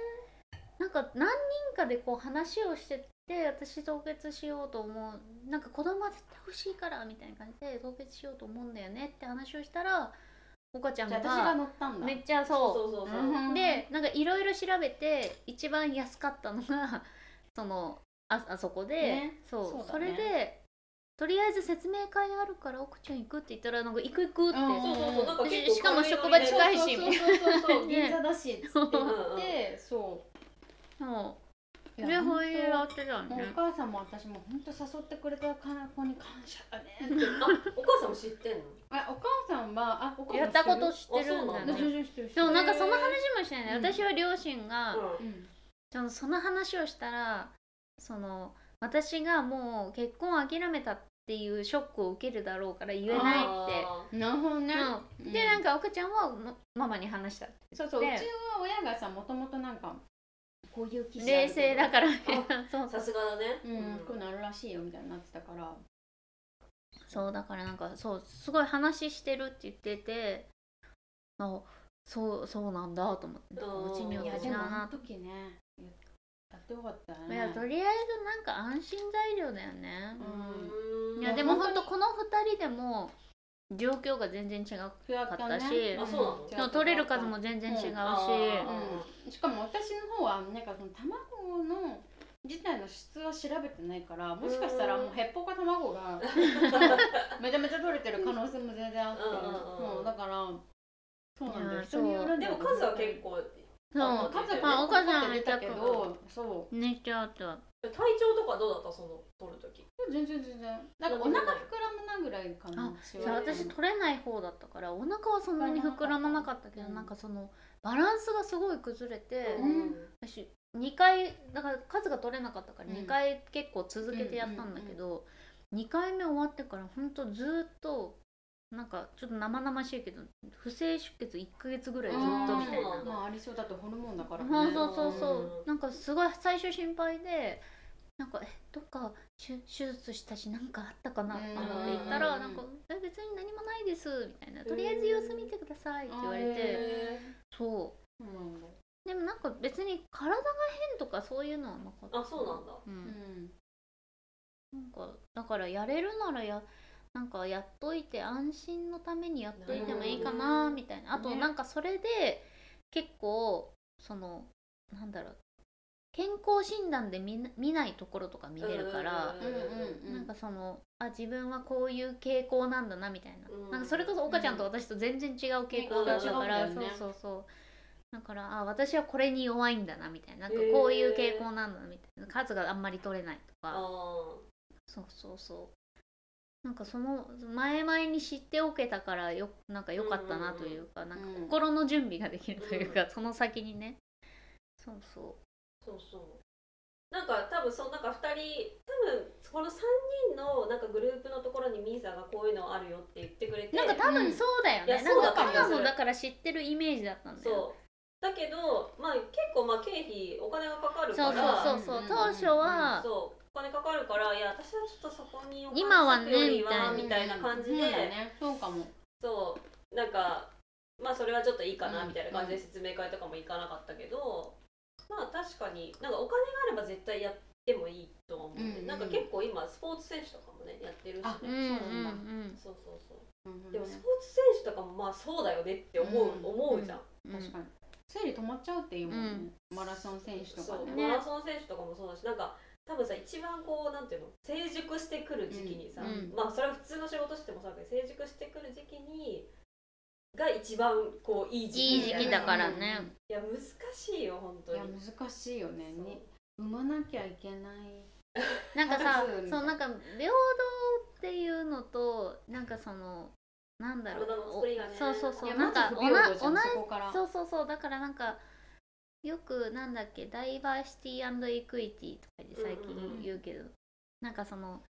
Speaker 3: なんか何人かでこう話をしてて私凍結しようと思うなんか子供は絶対欲しいからみたいな感じで凍結しようと思うんだよねって話をしたらおかちゃん
Speaker 1: じゃあ私が
Speaker 3: が
Speaker 1: 乗ったんだ
Speaker 3: めっちゃそう
Speaker 2: そうそうそうそう、
Speaker 1: うん
Speaker 3: でなんかいろいろ調べて一番安かったのが そのああそこで、
Speaker 1: ね
Speaker 3: そうそ
Speaker 1: そうだね
Speaker 3: れでとりあえず説明会あるから奥ちゃん行くって言ったらなんか行く行くって、
Speaker 1: うん
Speaker 2: そうそうそうなんか結構
Speaker 3: しかも
Speaker 2: 軽いノ
Speaker 3: 職
Speaker 2: リ
Speaker 3: 場
Speaker 2: で
Speaker 3: 近いし
Speaker 1: そうそうそうそう
Speaker 3: ね
Speaker 1: 銀座だしっつって言って、そ
Speaker 3: そううで保育や
Speaker 1: や
Speaker 3: ってたん
Speaker 1: もう
Speaker 3: ね
Speaker 1: お母さんも私も本当誘ってくれたかな子に感謝だねって
Speaker 2: あお母さんも知ってんの
Speaker 1: あお母さんはあお母さん
Speaker 3: やったこと知ってるんだ
Speaker 2: あそうな
Speaker 1: 知っ
Speaker 2: ん
Speaker 1: て
Speaker 2: だ
Speaker 1: る
Speaker 3: ね
Speaker 1: うん知ってる知ってる知ってる
Speaker 3: でもなんかその話もしてない、
Speaker 1: うん
Speaker 3: 私は両親が、
Speaker 2: う
Speaker 1: うんん
Speaker 3: そのその話をしたらその私がもう結婚を諦めたっていうショックを受けるだろうから言えないって
Speaker 2: あ
Speaker 1: なるほどね、
Speaker 3: うん、でなん
Speaker 1: か
Speaker 3: か奥ちゃんはまママに話した
Speaker 1: そうそうう
Speaker 3: で
Speaker 1: ちは親がさもともとなんかこういう気
Speaker 3: 冷静だからそう
Speaker 2: ーさすがだね
Speaker 1: うん、こうなるらしいよみたいになってたから
Speaker 3: そうだからなんかそうすごい話してるって言っててあそうそうなんだと思って
Speaker 2: うん
Speaker 3: うちに
Speaker 2: そ
Speaker 3: は
Speaker 2: う
Speaker 1: いや
Speaker 3: 私
Speaker 1: で
Speaker 3: だ
Speaker 1: もあの
Speaker 3: な
Speaker 1: 時ねやってよかった
Speaker 3: い
Speaker 1: ね
Speaker 3: やとりあえずなんか安心材料だよね、
Speaker 2: う
Speaker 3: いや
Speaker 1: うん
Speaker 3: でも
Speaker 1: 本当
Speaker 3: ほん
Speaker 1: に
Speaker 3: とこの2人でも状況が全然違う
Speaker 1: 違った
Speaker 3: 買ったし
Speaker 2: あそうなの
Speaker 1: 違った
Speaker 3: でも取れる数も全然違うし、
Speaker 1: うん
Speaker 2: あ
Speaker 1: うん、しかも私の方はなんかその卵の自体の質は調べてないからもしかしたらもうヘッポコ卵が めちゃめちゃ取れてる可能性も全然あって、
Speaker 2: うんうんうん
Speaker 1: そうだからそうなんだ
Speaker 3: い
Speaker 1: よ
Speaker 3: や
Speaker 1: 人によるんだ
Speaker 2: で
Speaker 1: よ
Speaker 2: も数は結構
Speaker 3: そ
Speaker 2: あ
Speaker 3: う
Speaker 1: 数
Speaker 3: まあ
Speaker 1: は
Speaker 3: お母さんは
Speaker 1: 出たけどそう
Speaker 3: 寝ちゃうと
Speaker 2: 体調とかどうだったその取る時
Speaker 1: 全然全然なんかお腹膨らむなぐらいかな
Speaker 3: あ
Speaker 1: そう
Speaker 3: そう私取れない方だったからお腹はそんなに膨らまなかったけど
Speaker 1: うん
Speaker 3: なんかそのバランスがすごい崩れて、
Speaker 1: ん
Speaker 3: 私2回だから数が取れなかったから
Speaker 1: うん
Speaker 3: 2回結構続けてやったんだけど、2回目終わってからほんとずーっとなんかちょっと生々しいけど不正出血1ヶ月ぐらいずっとみたい
Speaker 2: あーそう
Speaker 3: な
Speaker 2: なんだ
Speaker 1: まあありそうだってホルモンだからね
Speaker 3: そうそうそうそう
Speaker 2: うん
Speaker 3: なんかすごい最初心配でなんかえどっか手手術したしなんかあったかなとかって言ったら
Speaker 1: うん
Speaker 3: なんかえ別に何もないですみたいなとりあえず様子見てくださいって言われ
Speaker 1: うん
Speaker 3: て
Speaker 2: へ
Speaker 3: そう
Speaker 1: そうなんだ
Speaker 3: でもなんか別に体が変とかそういうのはなかった
Speaker 2: あそうなんだ
Speaker 3: うん
Speaker 1: うん
Speaker 3: なんかだからやれるならやなんかやっといて安心のためにやっといてもいいかな
Speaker 2: うん
Speaker 3: みたいなあと
Speaker 1: ね
Speaker 3: なんかそれで結構そのなんだろう健康診断で見な見ないところとか見れるから、
Speaker 1: うんうんうん
Speaker 3: なんかそのあ自分はこういう傾向なんだなみたいな,、
Speaker 2: うん
Speaker 3: なんかそれこそ岡ちゃんと私と全然違う傾向だったから、
Speaker 1: うん違う
Speaker 3: そうん
Speaker 1: だよね
Speaker 3: そうそうだからあ私はこれに弱いんだなみたいななんかこういう傾向なんだなみたいな数があんまり取れないとか。
Speaker 2: あ
Speaker 3: そうそうそうなんかその前々に知っておけたからよなんか良かったなというか、なんか
Speaker 1: うん
Speaker 3: 心の準備ができるというか、その先にねそうそ
Speaker 2: そうそうなんか多分そのなんか2人多分この3人のなんかグループのところにミーさんがこういうのあるよって言ってくれ
Speaker 3: う
Speaker 2: て
Speaker 3: なんか多分そうだよ
Speaker 2: うんいや
Speaker 3: ね、なん
Speaker 2: そうだ
Speaker 3: か
Speaker 2: と
Speaker 3: カ
Speaker 2: 思う
Speaker 3: ナもだから知ってるイメージだったんだよ
Speaker 2: そうだけどまあ結構まあ経費お金がかかる
Speaker 3: そ
Speaker 2: か
Speaker 3: う
Speaker 2: ら
Speaker 3: そうそうそう、
Speaker 1: うん
Speaker 3: 当初は、
Speaker 2: そうお金かかるからいや私はちょっとそこにお金
Speaker 3: 今はね
Speaker 2: 割くよりは
Speaker 3: あー
Speaker 2: みたいな感じで、
Speaker 1: うんそうだねそうかも
Speaker 2: そうなんかまあそれはちょっといいかなみ
Speaker 1: うん
Speaker 2: たいな感じで説明会とかも行かなかったけど、まあ確かになんかお金があれば絶対やってもいいとは思って、
Speaker 1: うんうん
Speaker 2: なんか結構今スポーツ選手とかもねやってるしね
Speaker 1: あ
Speaker 3: うんうん
Speaker 1: そうなん
Speaker 2: そうそうそう
Speaker 1: うん
Speaker 2: でもスポーツ選手とかもまあそうだよねって思う、
Speaker 1: うん
Speaker 2: 思うじゃん、
Speaker 3: うん
Speaker 1: 確かに生理止まっちゃうっていうもんね、マラソン選手と
Speaker 2: そ
Speaker 1: か
Speaker 2: う
Speaker 1: ね
Speaker 3: ね
Speaker 2: マラソン選手とかもそうだしなんか多分さ一番こうなんていうの成熟してくる時期にさ、
Speaker 3: うん
Speaker 2: まあそれは普通の仕事してもそうだけど成熟してくる時期にが一番こういい時期
Speaker 3: いい時期だから
Speaker 2: い
Speaker 3: ね
Speaker 2: や難しいよ本当
Speaker 1: い
Speaker 2: に
Speaker 1: や難しいよね
Speaker 2: そう
Speaker 1: に産まなきゃいけない
Speaker 3: なんかさ
Speaker 1: うん
Speaker 3: そうなんか平等っていうのとなんかそのなんだろう
Speaker 2: 体の作りがね
Speaker 3: おそうそう
Speaker 1: い
Speaker 3: そ
Speaker 1: や
Speaker 3: うな
Speaker 1: ま
Speaker 3: んか
Speaker 1: ず不
Speaker 3: お
Speaker 1: 平
Speaker 3: な
Speaker 1: 等じゃ
Speaker 3: 同
Speaker 1: ん
Speaker 3: じ
Speaker 1: そこから
Speaker 3: そうそうそうだからなんかよくなんだっけダイバーシティエクイティとかで最
Speaker 2: うんうんう
Speaker 3: 近
Speaker 1: ん
Speaker 3: 言うけど、なんかその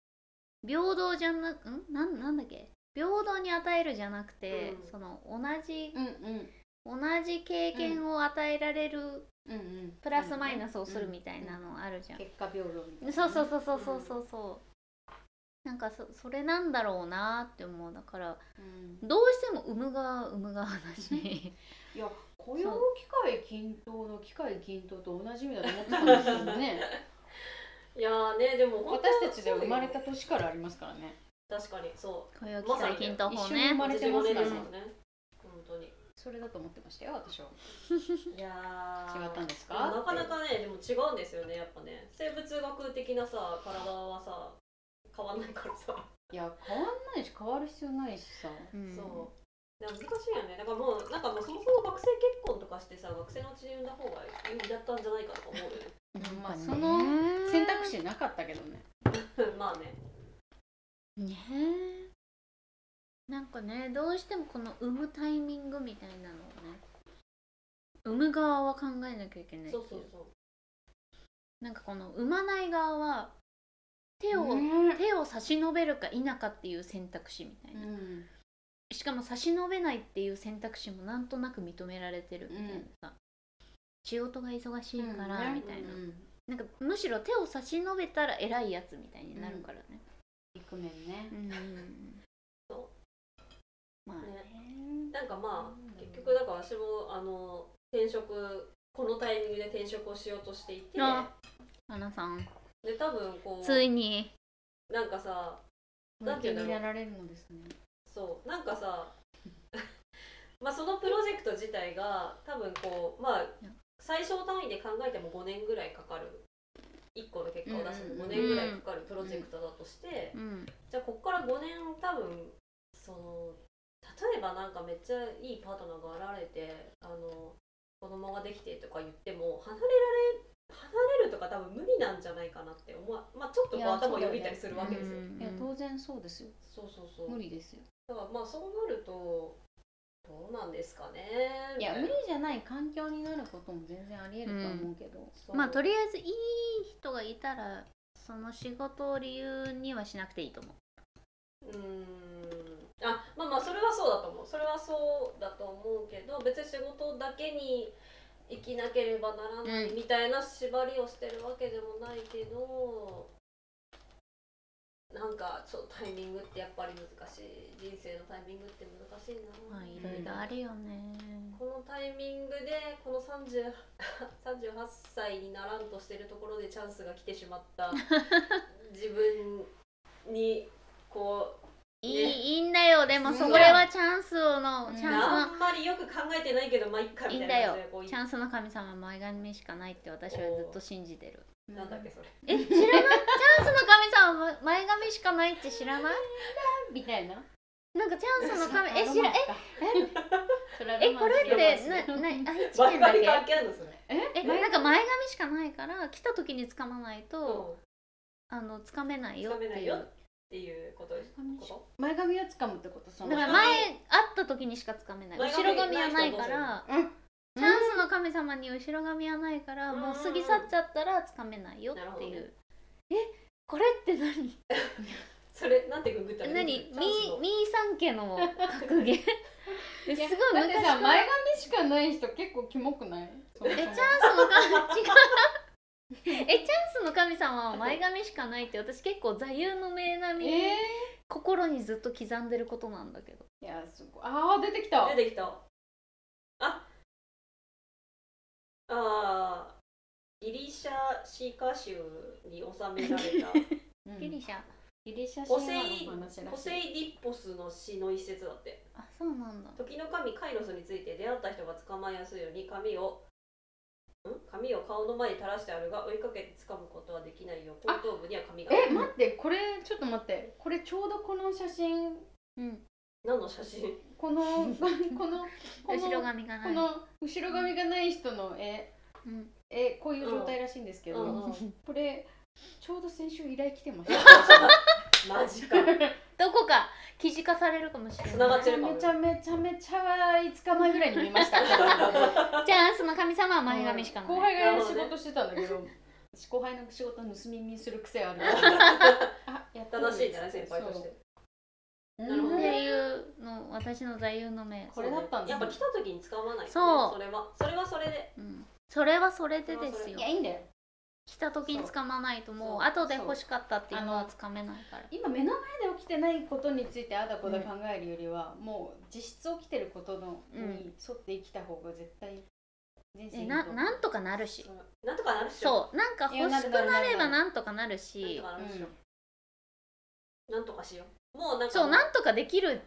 Speaker 3: 平等じゃなくんなんなんだっけ平等に与えるじゃなくて、
Speaker 2: うん
Speaker 3: その同じ
Speaker 1: うんうん
Speaker 3: 同同じ経験を与えられる
Speaker 1: うんうん、
Speaker 3: プラスマイナスをするみたいな
Speaker 1: うん
Speaker 3: のあるじゃん、
Speaker 1: 結果平等みたいな、
Speaker 3: そうそうそうそうそうそうそうなんかそそれなんだろうなって思うだから
Speaker 1: うん
Speaker 3: どうしても産む側産む側だ し
Speaker 1: いや雇用機会均等の機会均等と同じ意味だと思ってたんですけど ね
Speaker 2: いやーねでも本当
Speaker 1: 私たちでは生まれた年からありますからね
Speaker 2: 確かにそう
Speaker 3: 雇用機会均等法
Speaker 1: まさに一緒に生
Speaker 3: ね
Speaker 1: まれてますから
Speaker 2: ね
Speaker 1: ね
Speaker 2: 本当に
Speaker 1: それだと思ってましたよ私はい
Speaker 2: やー
Speaker 1: 違ったんですか
Speaker 2: なかなかねでも違うんですよねやっぱね生物学的なさ体はさ変わんないからさ、
Speaker 1: いや変わんないし変わる必要ないしさ
Speaker 3: うん
Speaker 2: そう難しいよねだからもうなんかもうそもそも学生結婚とかしてさ学生のうちに産んだ方が有利だったんじゃないかとか思うよね
Speaker 3: なん
Speaker 1: ま
Speaker 3: か
Speaker 1: あ
Speaker 3: ね
Speaker 1: その選択肢なかったけどね
Speaker 2: まあね
Speaker 3: ねえなんかねどうしてもこの産むタイミングみたいなのをね産む側は考えなきゃいけないってい
Speaker 2: そうそうそう
Speaker 3: なんかこの産まない側は手を、
Speaker 1: ね
Speaker 3: 手を差し伸べるか否かっていう選択肢みたいうな、
Speaker 1: ん
Speaker 3: しかも差し伸べないっていう選択肢もなんとなく認められてるみたいなさ、仕事が忙しいから
Speaker 1: うんね
Speaker 3: みたいな、
Speaker 1: うん
Speaker 3: なんかむしろ手を差し伸べたら偉いやつみたいになるからね、
Speaker 1: イクメンね
Speaker 3: うん
Speaker 2: そ
Speaker 3: まあね
Speaker 2: なんかまあ結局だから私もあの転職このタイミングで転職をしようとしていて
Speaker 3: あアナさん
Speaker 2: で多分こ
Speaker 3: ついうに
Speaker 2: なんかさ
Speaker 1: 本当にやられるのですね
Speaker 2: そうなんかさ まあそのプロジェクト自体が多分こうまあ
Speaker 3: うん
Speaker 2: 最小単位で考えても5年ぐらいかかる1個の結果を出すの
Speaker 1: う
Speaker 2: 5
Speaker 1: んうんうん
Speaker 2: 年ぐらいかかるプロジェクトだとして、
Speaker 3: うん
Speaker 2: じゃあこっから5年多分その例えばなんかめっちゃいいパートナーが現れてあの子供ができてとか言っても離れられ離れるとか多分無理なんじゃないかなって思わまあちょっとこ
Speaker 1: いうや
Speaker 2: 頭
Speaker 1: そうだ
Speaker 2: よ
Speaker 1: よね
Speaker 2: ぎたりするわけですよ。
Speaker 3: うん
Speaker 1: いや当然そうですよ
Speaker 2: そうそうそう
Speaker 1: 無理ですよ
Speaker 2: だからまあそうなるとどうなんですかね
Speaker 1: いや
Speaker 2: みた
Speaker 1: 無
Speaker 2: な
Speaker 1: 理じゃない環境になることも全然ありえると思うけど
Speaker 2: そう
Speaker 3: まあとりあえずいい人がいたらその仕事を理由にはしなくていいと思う
Speaker 2: うーんあまあまあそれはそうだと思うそれはそうだと思うけど別に仕事だけに生きなければならない
Speaker 3: うん
Speaker 2: みたいな縛りをしてるわけでもないけど、なんかちょっとタイミングってやっぱり難しい人生のタイミングって難しいな、
Speaker 3: まあいろいろあるよね、
Speaker 2: このタイミングでこの 30 38歳にならんとしてるところでチャンスが来てしまった自分にこ
Speaker 3: いいいいんだよでもそ
Speaker 1: そう
Speaker 3: れはチャンスをの
Speaker 1: うん
Speaker 3: チ
Speaker 2: う
Speaker 3: ャ
Speaker 2: あ
Speaker 3: ン
Speaker 2: んまりよく考えてないけどまあいっかみたいな感じでこう
Speaker 3: ス
Speaker 2: い
Speaker 3: のチャンスの神様は前髪しかないって私はずっと信じてる
Speaker 2: なんだっけそれ
Speaker 3: え 知らないチャンスの神様は前髪しかないって知らない
Speaker 1: みたいな
Speaker 3: なんかチャンスの神え知らえ
Speaker 1: えそれは
Speaker 3: え
Speaker 1: ロマ
Speaker 3: こ
Speaker 1: ン
Speaker 3: れ
Speaker 1: ス
Speaker 3: っ
Speaker 1: ロ
Speaker 3: て
Speaker 1: マンス
Speaker 3: なな愛知
Speaker 2: 前
Speaker 3: 県だ
Speaker 2: 髪
Speaker 3: け
Speaker 2: 関係あるのそれ
Speaker 3: え
Speaker 1: 前
Speaker 3: なんか前髪しかないから来た時につかまないと、
Speaker 2: う
Speaker 3: あのつかめないよっ
Speaker 2: つかめな
Speaker 3: て
Speaker 2: い
Speaker 3: い
Speaker 2: よ
Speaker 3: う
Speaker 2: っていうことですこ
Speaker 1: 前髪を掴むってことそ
Speaker 3: だ
Speaker 1: の
Speaker 3: から前会った時にしかつかめない
Speaker 2: 前
Speaker 3: 後
Speaker 2: 髪
Speaker 3: ろ髪はないから
Speaker 1: ない人どうするのうん
Speaker 3: チャンスの神様に後ろ髪はないからもう過ぎ去っちゃったらつかめないよってい
Speaker 2: なる
Speaker 3: うえこれって何
Speaker 2: とそれなんてググったら
Speaker 3: 何
Speaker 2: 出
Speaker 3: ミ
Speaker 2: てくる
Speaker 3: ー
Speaker 2: チャンスの
Speaker 3: ミーさん家の格 言えすごい
Speaker 1: だって
Speaker 3: 昔
Speaker 1: さ
Speaker 3: か
Speaker 1: 前
Speaker 3: ら
Speaker 1: 髪しかない人結構キモくないそもそ
Speaker 3: えチャン
Speaker 1: も
Speaker 3: スの神違うえチャンスの神様は前髪しかないって私結構座右の銘並みに
Speaker 1: え
Speaker 3: 心にずっと刻んでることなんだけど
Speaker 1: ーいやすごいあー出てきた
Speaker 2: 出てきたああーギリシャ詩歌集に収められ た
Speaker 1: うん
Speaker 3: ギリシャ
Speaker 1: ギリシャ神
Speaker 2: ホ
Speaker 1: 話
Speaker 2: セイ
Speaker 1: の話ら
Speaker 2: ホ
Speaker 1: しい
Speaker 2: セイディッポスの詩の一節だって
Speaker 3: あそうなんだ
Speaker 2: 時の神カイロスについて出会った人が捕まえやすいように髪をん髪を顔の前に垂らしてあるが追いかけて掴むことはできないよ後頭部には髪が
Speaker 1: え待ってこれちょっと待ってこれちょうどこの写真
Speaker 3: うん
Speaker 2: 何の写 真
Speaker 1: このこのこ
Speaker 3: 後ろ
Speaker 1: の
Speaker 3: 髪がな
Speaker 1: こ
Speaker 3: い
Speaker 1: の後ろ髪がない人の絵
Speaker 3: うん
Speaker 1: えこういう状態らしいんですけど、
Speaker 2: うんうん
Speaker 1: これちょうど先週依頼来てました
Speaker 2: マジか
Speaker 3: どこか記事化されるかもしれ
Speaker 2: 繋
Speaker 3: な
Speaker 2: が
Speaker 3: い
Speaker 2: って
Speaker 1: めちゃ
Speaker 2: るかも
Speaker 1: めちゃめちゃめちゃ5日前ぐらいに見ました後
Speaker 3: じゃあその神様は前髪しかない、
Speaker 1: 輩が仕事してたんだけど後輩の仕事を盗み見する癖あるあやっ
Speaker 2: 正しいんじゃない先輩としてなるほど
Speaker 3: っ
Speaker 2: ね
Speaker 3: ていうのを私の座右の銘
Speaker 1: これだったんだ
Speaker 2: やっぱ来た時に使わないとね
Speaker 3: そう
Speaker 2: それはそれはそれで
Speaker 3: うん、それはそれでですよ
Speaker 1: いやいいんだよ
Speaker 3: 来た時につかまないと
Speaker 2: そ
Speaker 3: もう
Speaker 2: う
Speaker 3: 後で欲しかったっていうのはつかめないから
Speaker 1: 今目の前で起きてないことについてあだこだ考えるよりは、もう実質起きてることのに
Speaker 3: うん
Speaker 1: 沿って生きた方が絶対人生い
Speaker 3: え
Speaker 1: い
Speaker 3: な
Speaker 1: と思う
Speaker 3: なんとかなるし
Speaker 2: うんなんとかなるっしょ
Speaker 3: そうなんか欲しくなればなんとかなる
Speaker 2: なん
Speaker 3: し
Speaker 2: とかなるっしょ
Speaker 1: う
Speaker 2: なんとかしようもうなんか
Speaker 3: そうなんとかできる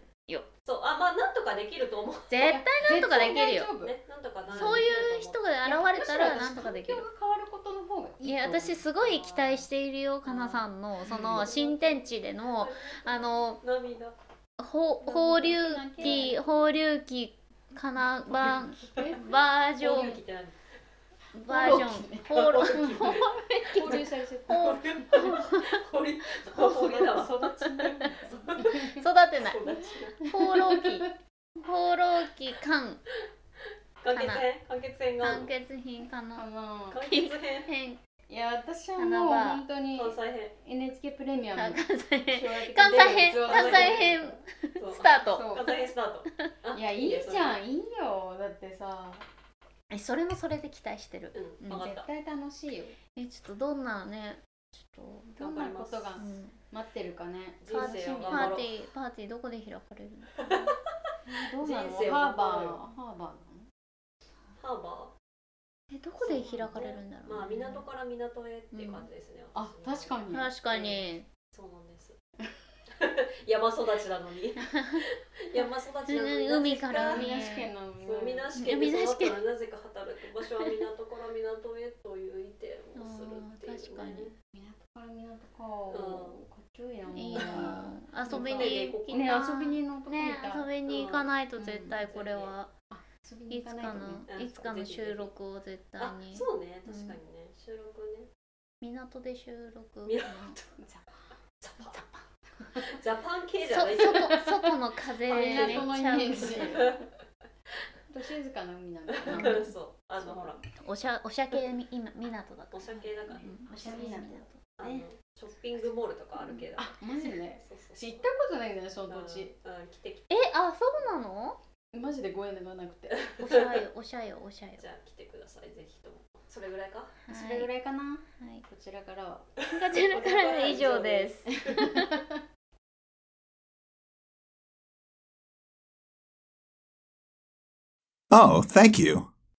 Speaker 2: そうあまあなんとかできると思
Speaker 3: 絶対なんとかできるよ
Speaker 1: 絶対大丈夫
Speaker 2: うねなんとかなる
Speaker 3: そういう人が現れたらなんとかでき
Speaker 1: 環
Speaker 3: る
Speaker 1: 境が変わることの方がいい
Speaker 3: いや
Speaker 1: と思う
Speaker 3: 私すごい期待しているよかなさんのその新天地でのあの
Speaker 2: 涙
Speaker 3: ほ放流記放流記かなバーバージョ
Speaker 2: 表現
Speaker 3: ン
Speaker 2: 着て何
Speaker 3: バージョン放浪
Speaker 1: 交流され ちゃった
Speaker 3: 放
Speaker 2: 掘り掘
Speaker 1: 放
Speaker 2: り
Speaker 1: 流
Speaker 2: だわ
Speaker 1: 育ちない
Speaker 3: 育てない
Speaker 2: そうだ違う
Speaker 3: 放浪記放浪記間
Speaker 2: 完結編完結編がある
Speaker 3: 完
Speaker 2: の
Speaker 3: 結品かな
Speaker 1: あの
Speaker 2: 完結編
Speaker 3: 編
Speaker 1: いや私は
Speaker 3: 花
Speaker 1: もう
Speaker 3: は
Speaker 1: 本当に
Speaker 2: 関西編
Speaker 1: NHK プレミア
Speaker 3: あ
Speaker 1: ム
Speaker 3: 関西編
Speaker 1: 将来的に
Speaker 3: 関西編
Speaker 1: 出る器
Speaker 3: 関西編
Speaker 2: そう
Speaker 3: スタート
Speaker 1: そう
Speaker 2: 関西編スタートあ
Speaker 1: いやいい
Speaker 2: ね
Speaker 1: じゃんいいよだってさ
Speaker 3: えそれもそれで期待してる
Speaker 2: それうん分かっ
Speaker 1: 絶
Speaker 2: た
Speaker 1: 対楽しいよ
Speaker 3: えちょっとどんなねちょっ
Speaker 1: どんなことが
Speaker 3: と、うん
Speaker 1: 待ってるかね
Speaker 2: 人生を
Speaker 1: 楽しみ
Speaker 3: パ
Speaker 2: 頑
Speaker 1: パ
Speaker 2: 張
Speaker 3: ー
Speaker 2: ろ
Speaker 3: テ
Speaker 2: う
Speaker 3: ィーパーティーどこで開かれるの
Speaker 1: どうなの
Speaker 2: 人生を
Speaker 1: ハーバ
Speaker 2: 頑張
Speaker 1: ー
Speaker 2: る
Speaker 1: ハーバ
Speaker 2: ハーバ
Speaker 3: えどこで開かれるんだろ
Speaker 2: ー
Speaker 3: う、
Speaker 2: まあ港から港へっていう感じですね
Speaker 1: ーなのあ確か
Speaker 2: に
Speaker 1: に
Speaker 3: 確かに
Speaker 2: そうなんです山育ちなのに山育ちなのに
Speaker 3: 海から
Speaker 1: 海なし県なのに
Speaker 2: 海なし県で育ったらなぜか働く場所は港から港へという移転をするっていう、ね、
Speaker 3: あー確かに
Speaker 1: 港から港かかっちょいいない
Speaker 3: いなあ遊び
Speaker 2: ね
Speaker 3: に行き
Speaker 1: ね
Speaker 3: たい
Speaker 1: 遊びにのとこい
Speaker 3: ね
Speaker 1: た
Speaker 3: 遊びに行かないと絶対これは、
Speaker 1: 遊び
Speaker 3: い
Speaker 1: に
Speaker 3: つか
Speaker 1: 行ないとね
Speaker 3: のいつかの収録を絶対
Speaker 2: あ
Speaker 3: に
Speaker 2: そうね確かにね、収録ね
Speaker 3: 港で収録
Speaker 2: 港
Speaker 1: じゃあ
Speaker 2: ジャパンジャパン 系じ
Speaker 3: そ
Speaker 2: ゃないよ
Speaker 3: 外外の風めっ
Speaker 1: 港のイ
Speaker 3: ち
Speaker 1: メ
Speaker 3: ゃ
Speaker 1: ージほんと静かな海なんだな
Speaker 2: そうあのほら
Speaker 3: おしゃおしゃけみ今港だから
Speaker 2: お酒だから、
Speaker 3: うん
Speaker 1: おしゃれ港
Speaker 2: あのショッピングモールとかあるけど
Speaker 1: あマジで
Speaker 2: そうそう
Speaker 1: 私行ったことないんだよその土地
Speaker 2: うんうん、来て来て
Speaker 3: えあそうなの
Speaker 1: マジでご縁がなくて
Speaker 3: おしゃよおしゃよおしゃよ
Speaker 2: じゃあ来てくださいぜひともそれぐらいか
Speaker 1: それぐらいかな
Speaker 3: はい、 はい、
Speaker 1: こちらからは
Speaker 3: ガチャルからは以上です
Speaker 4: Oh, thank you.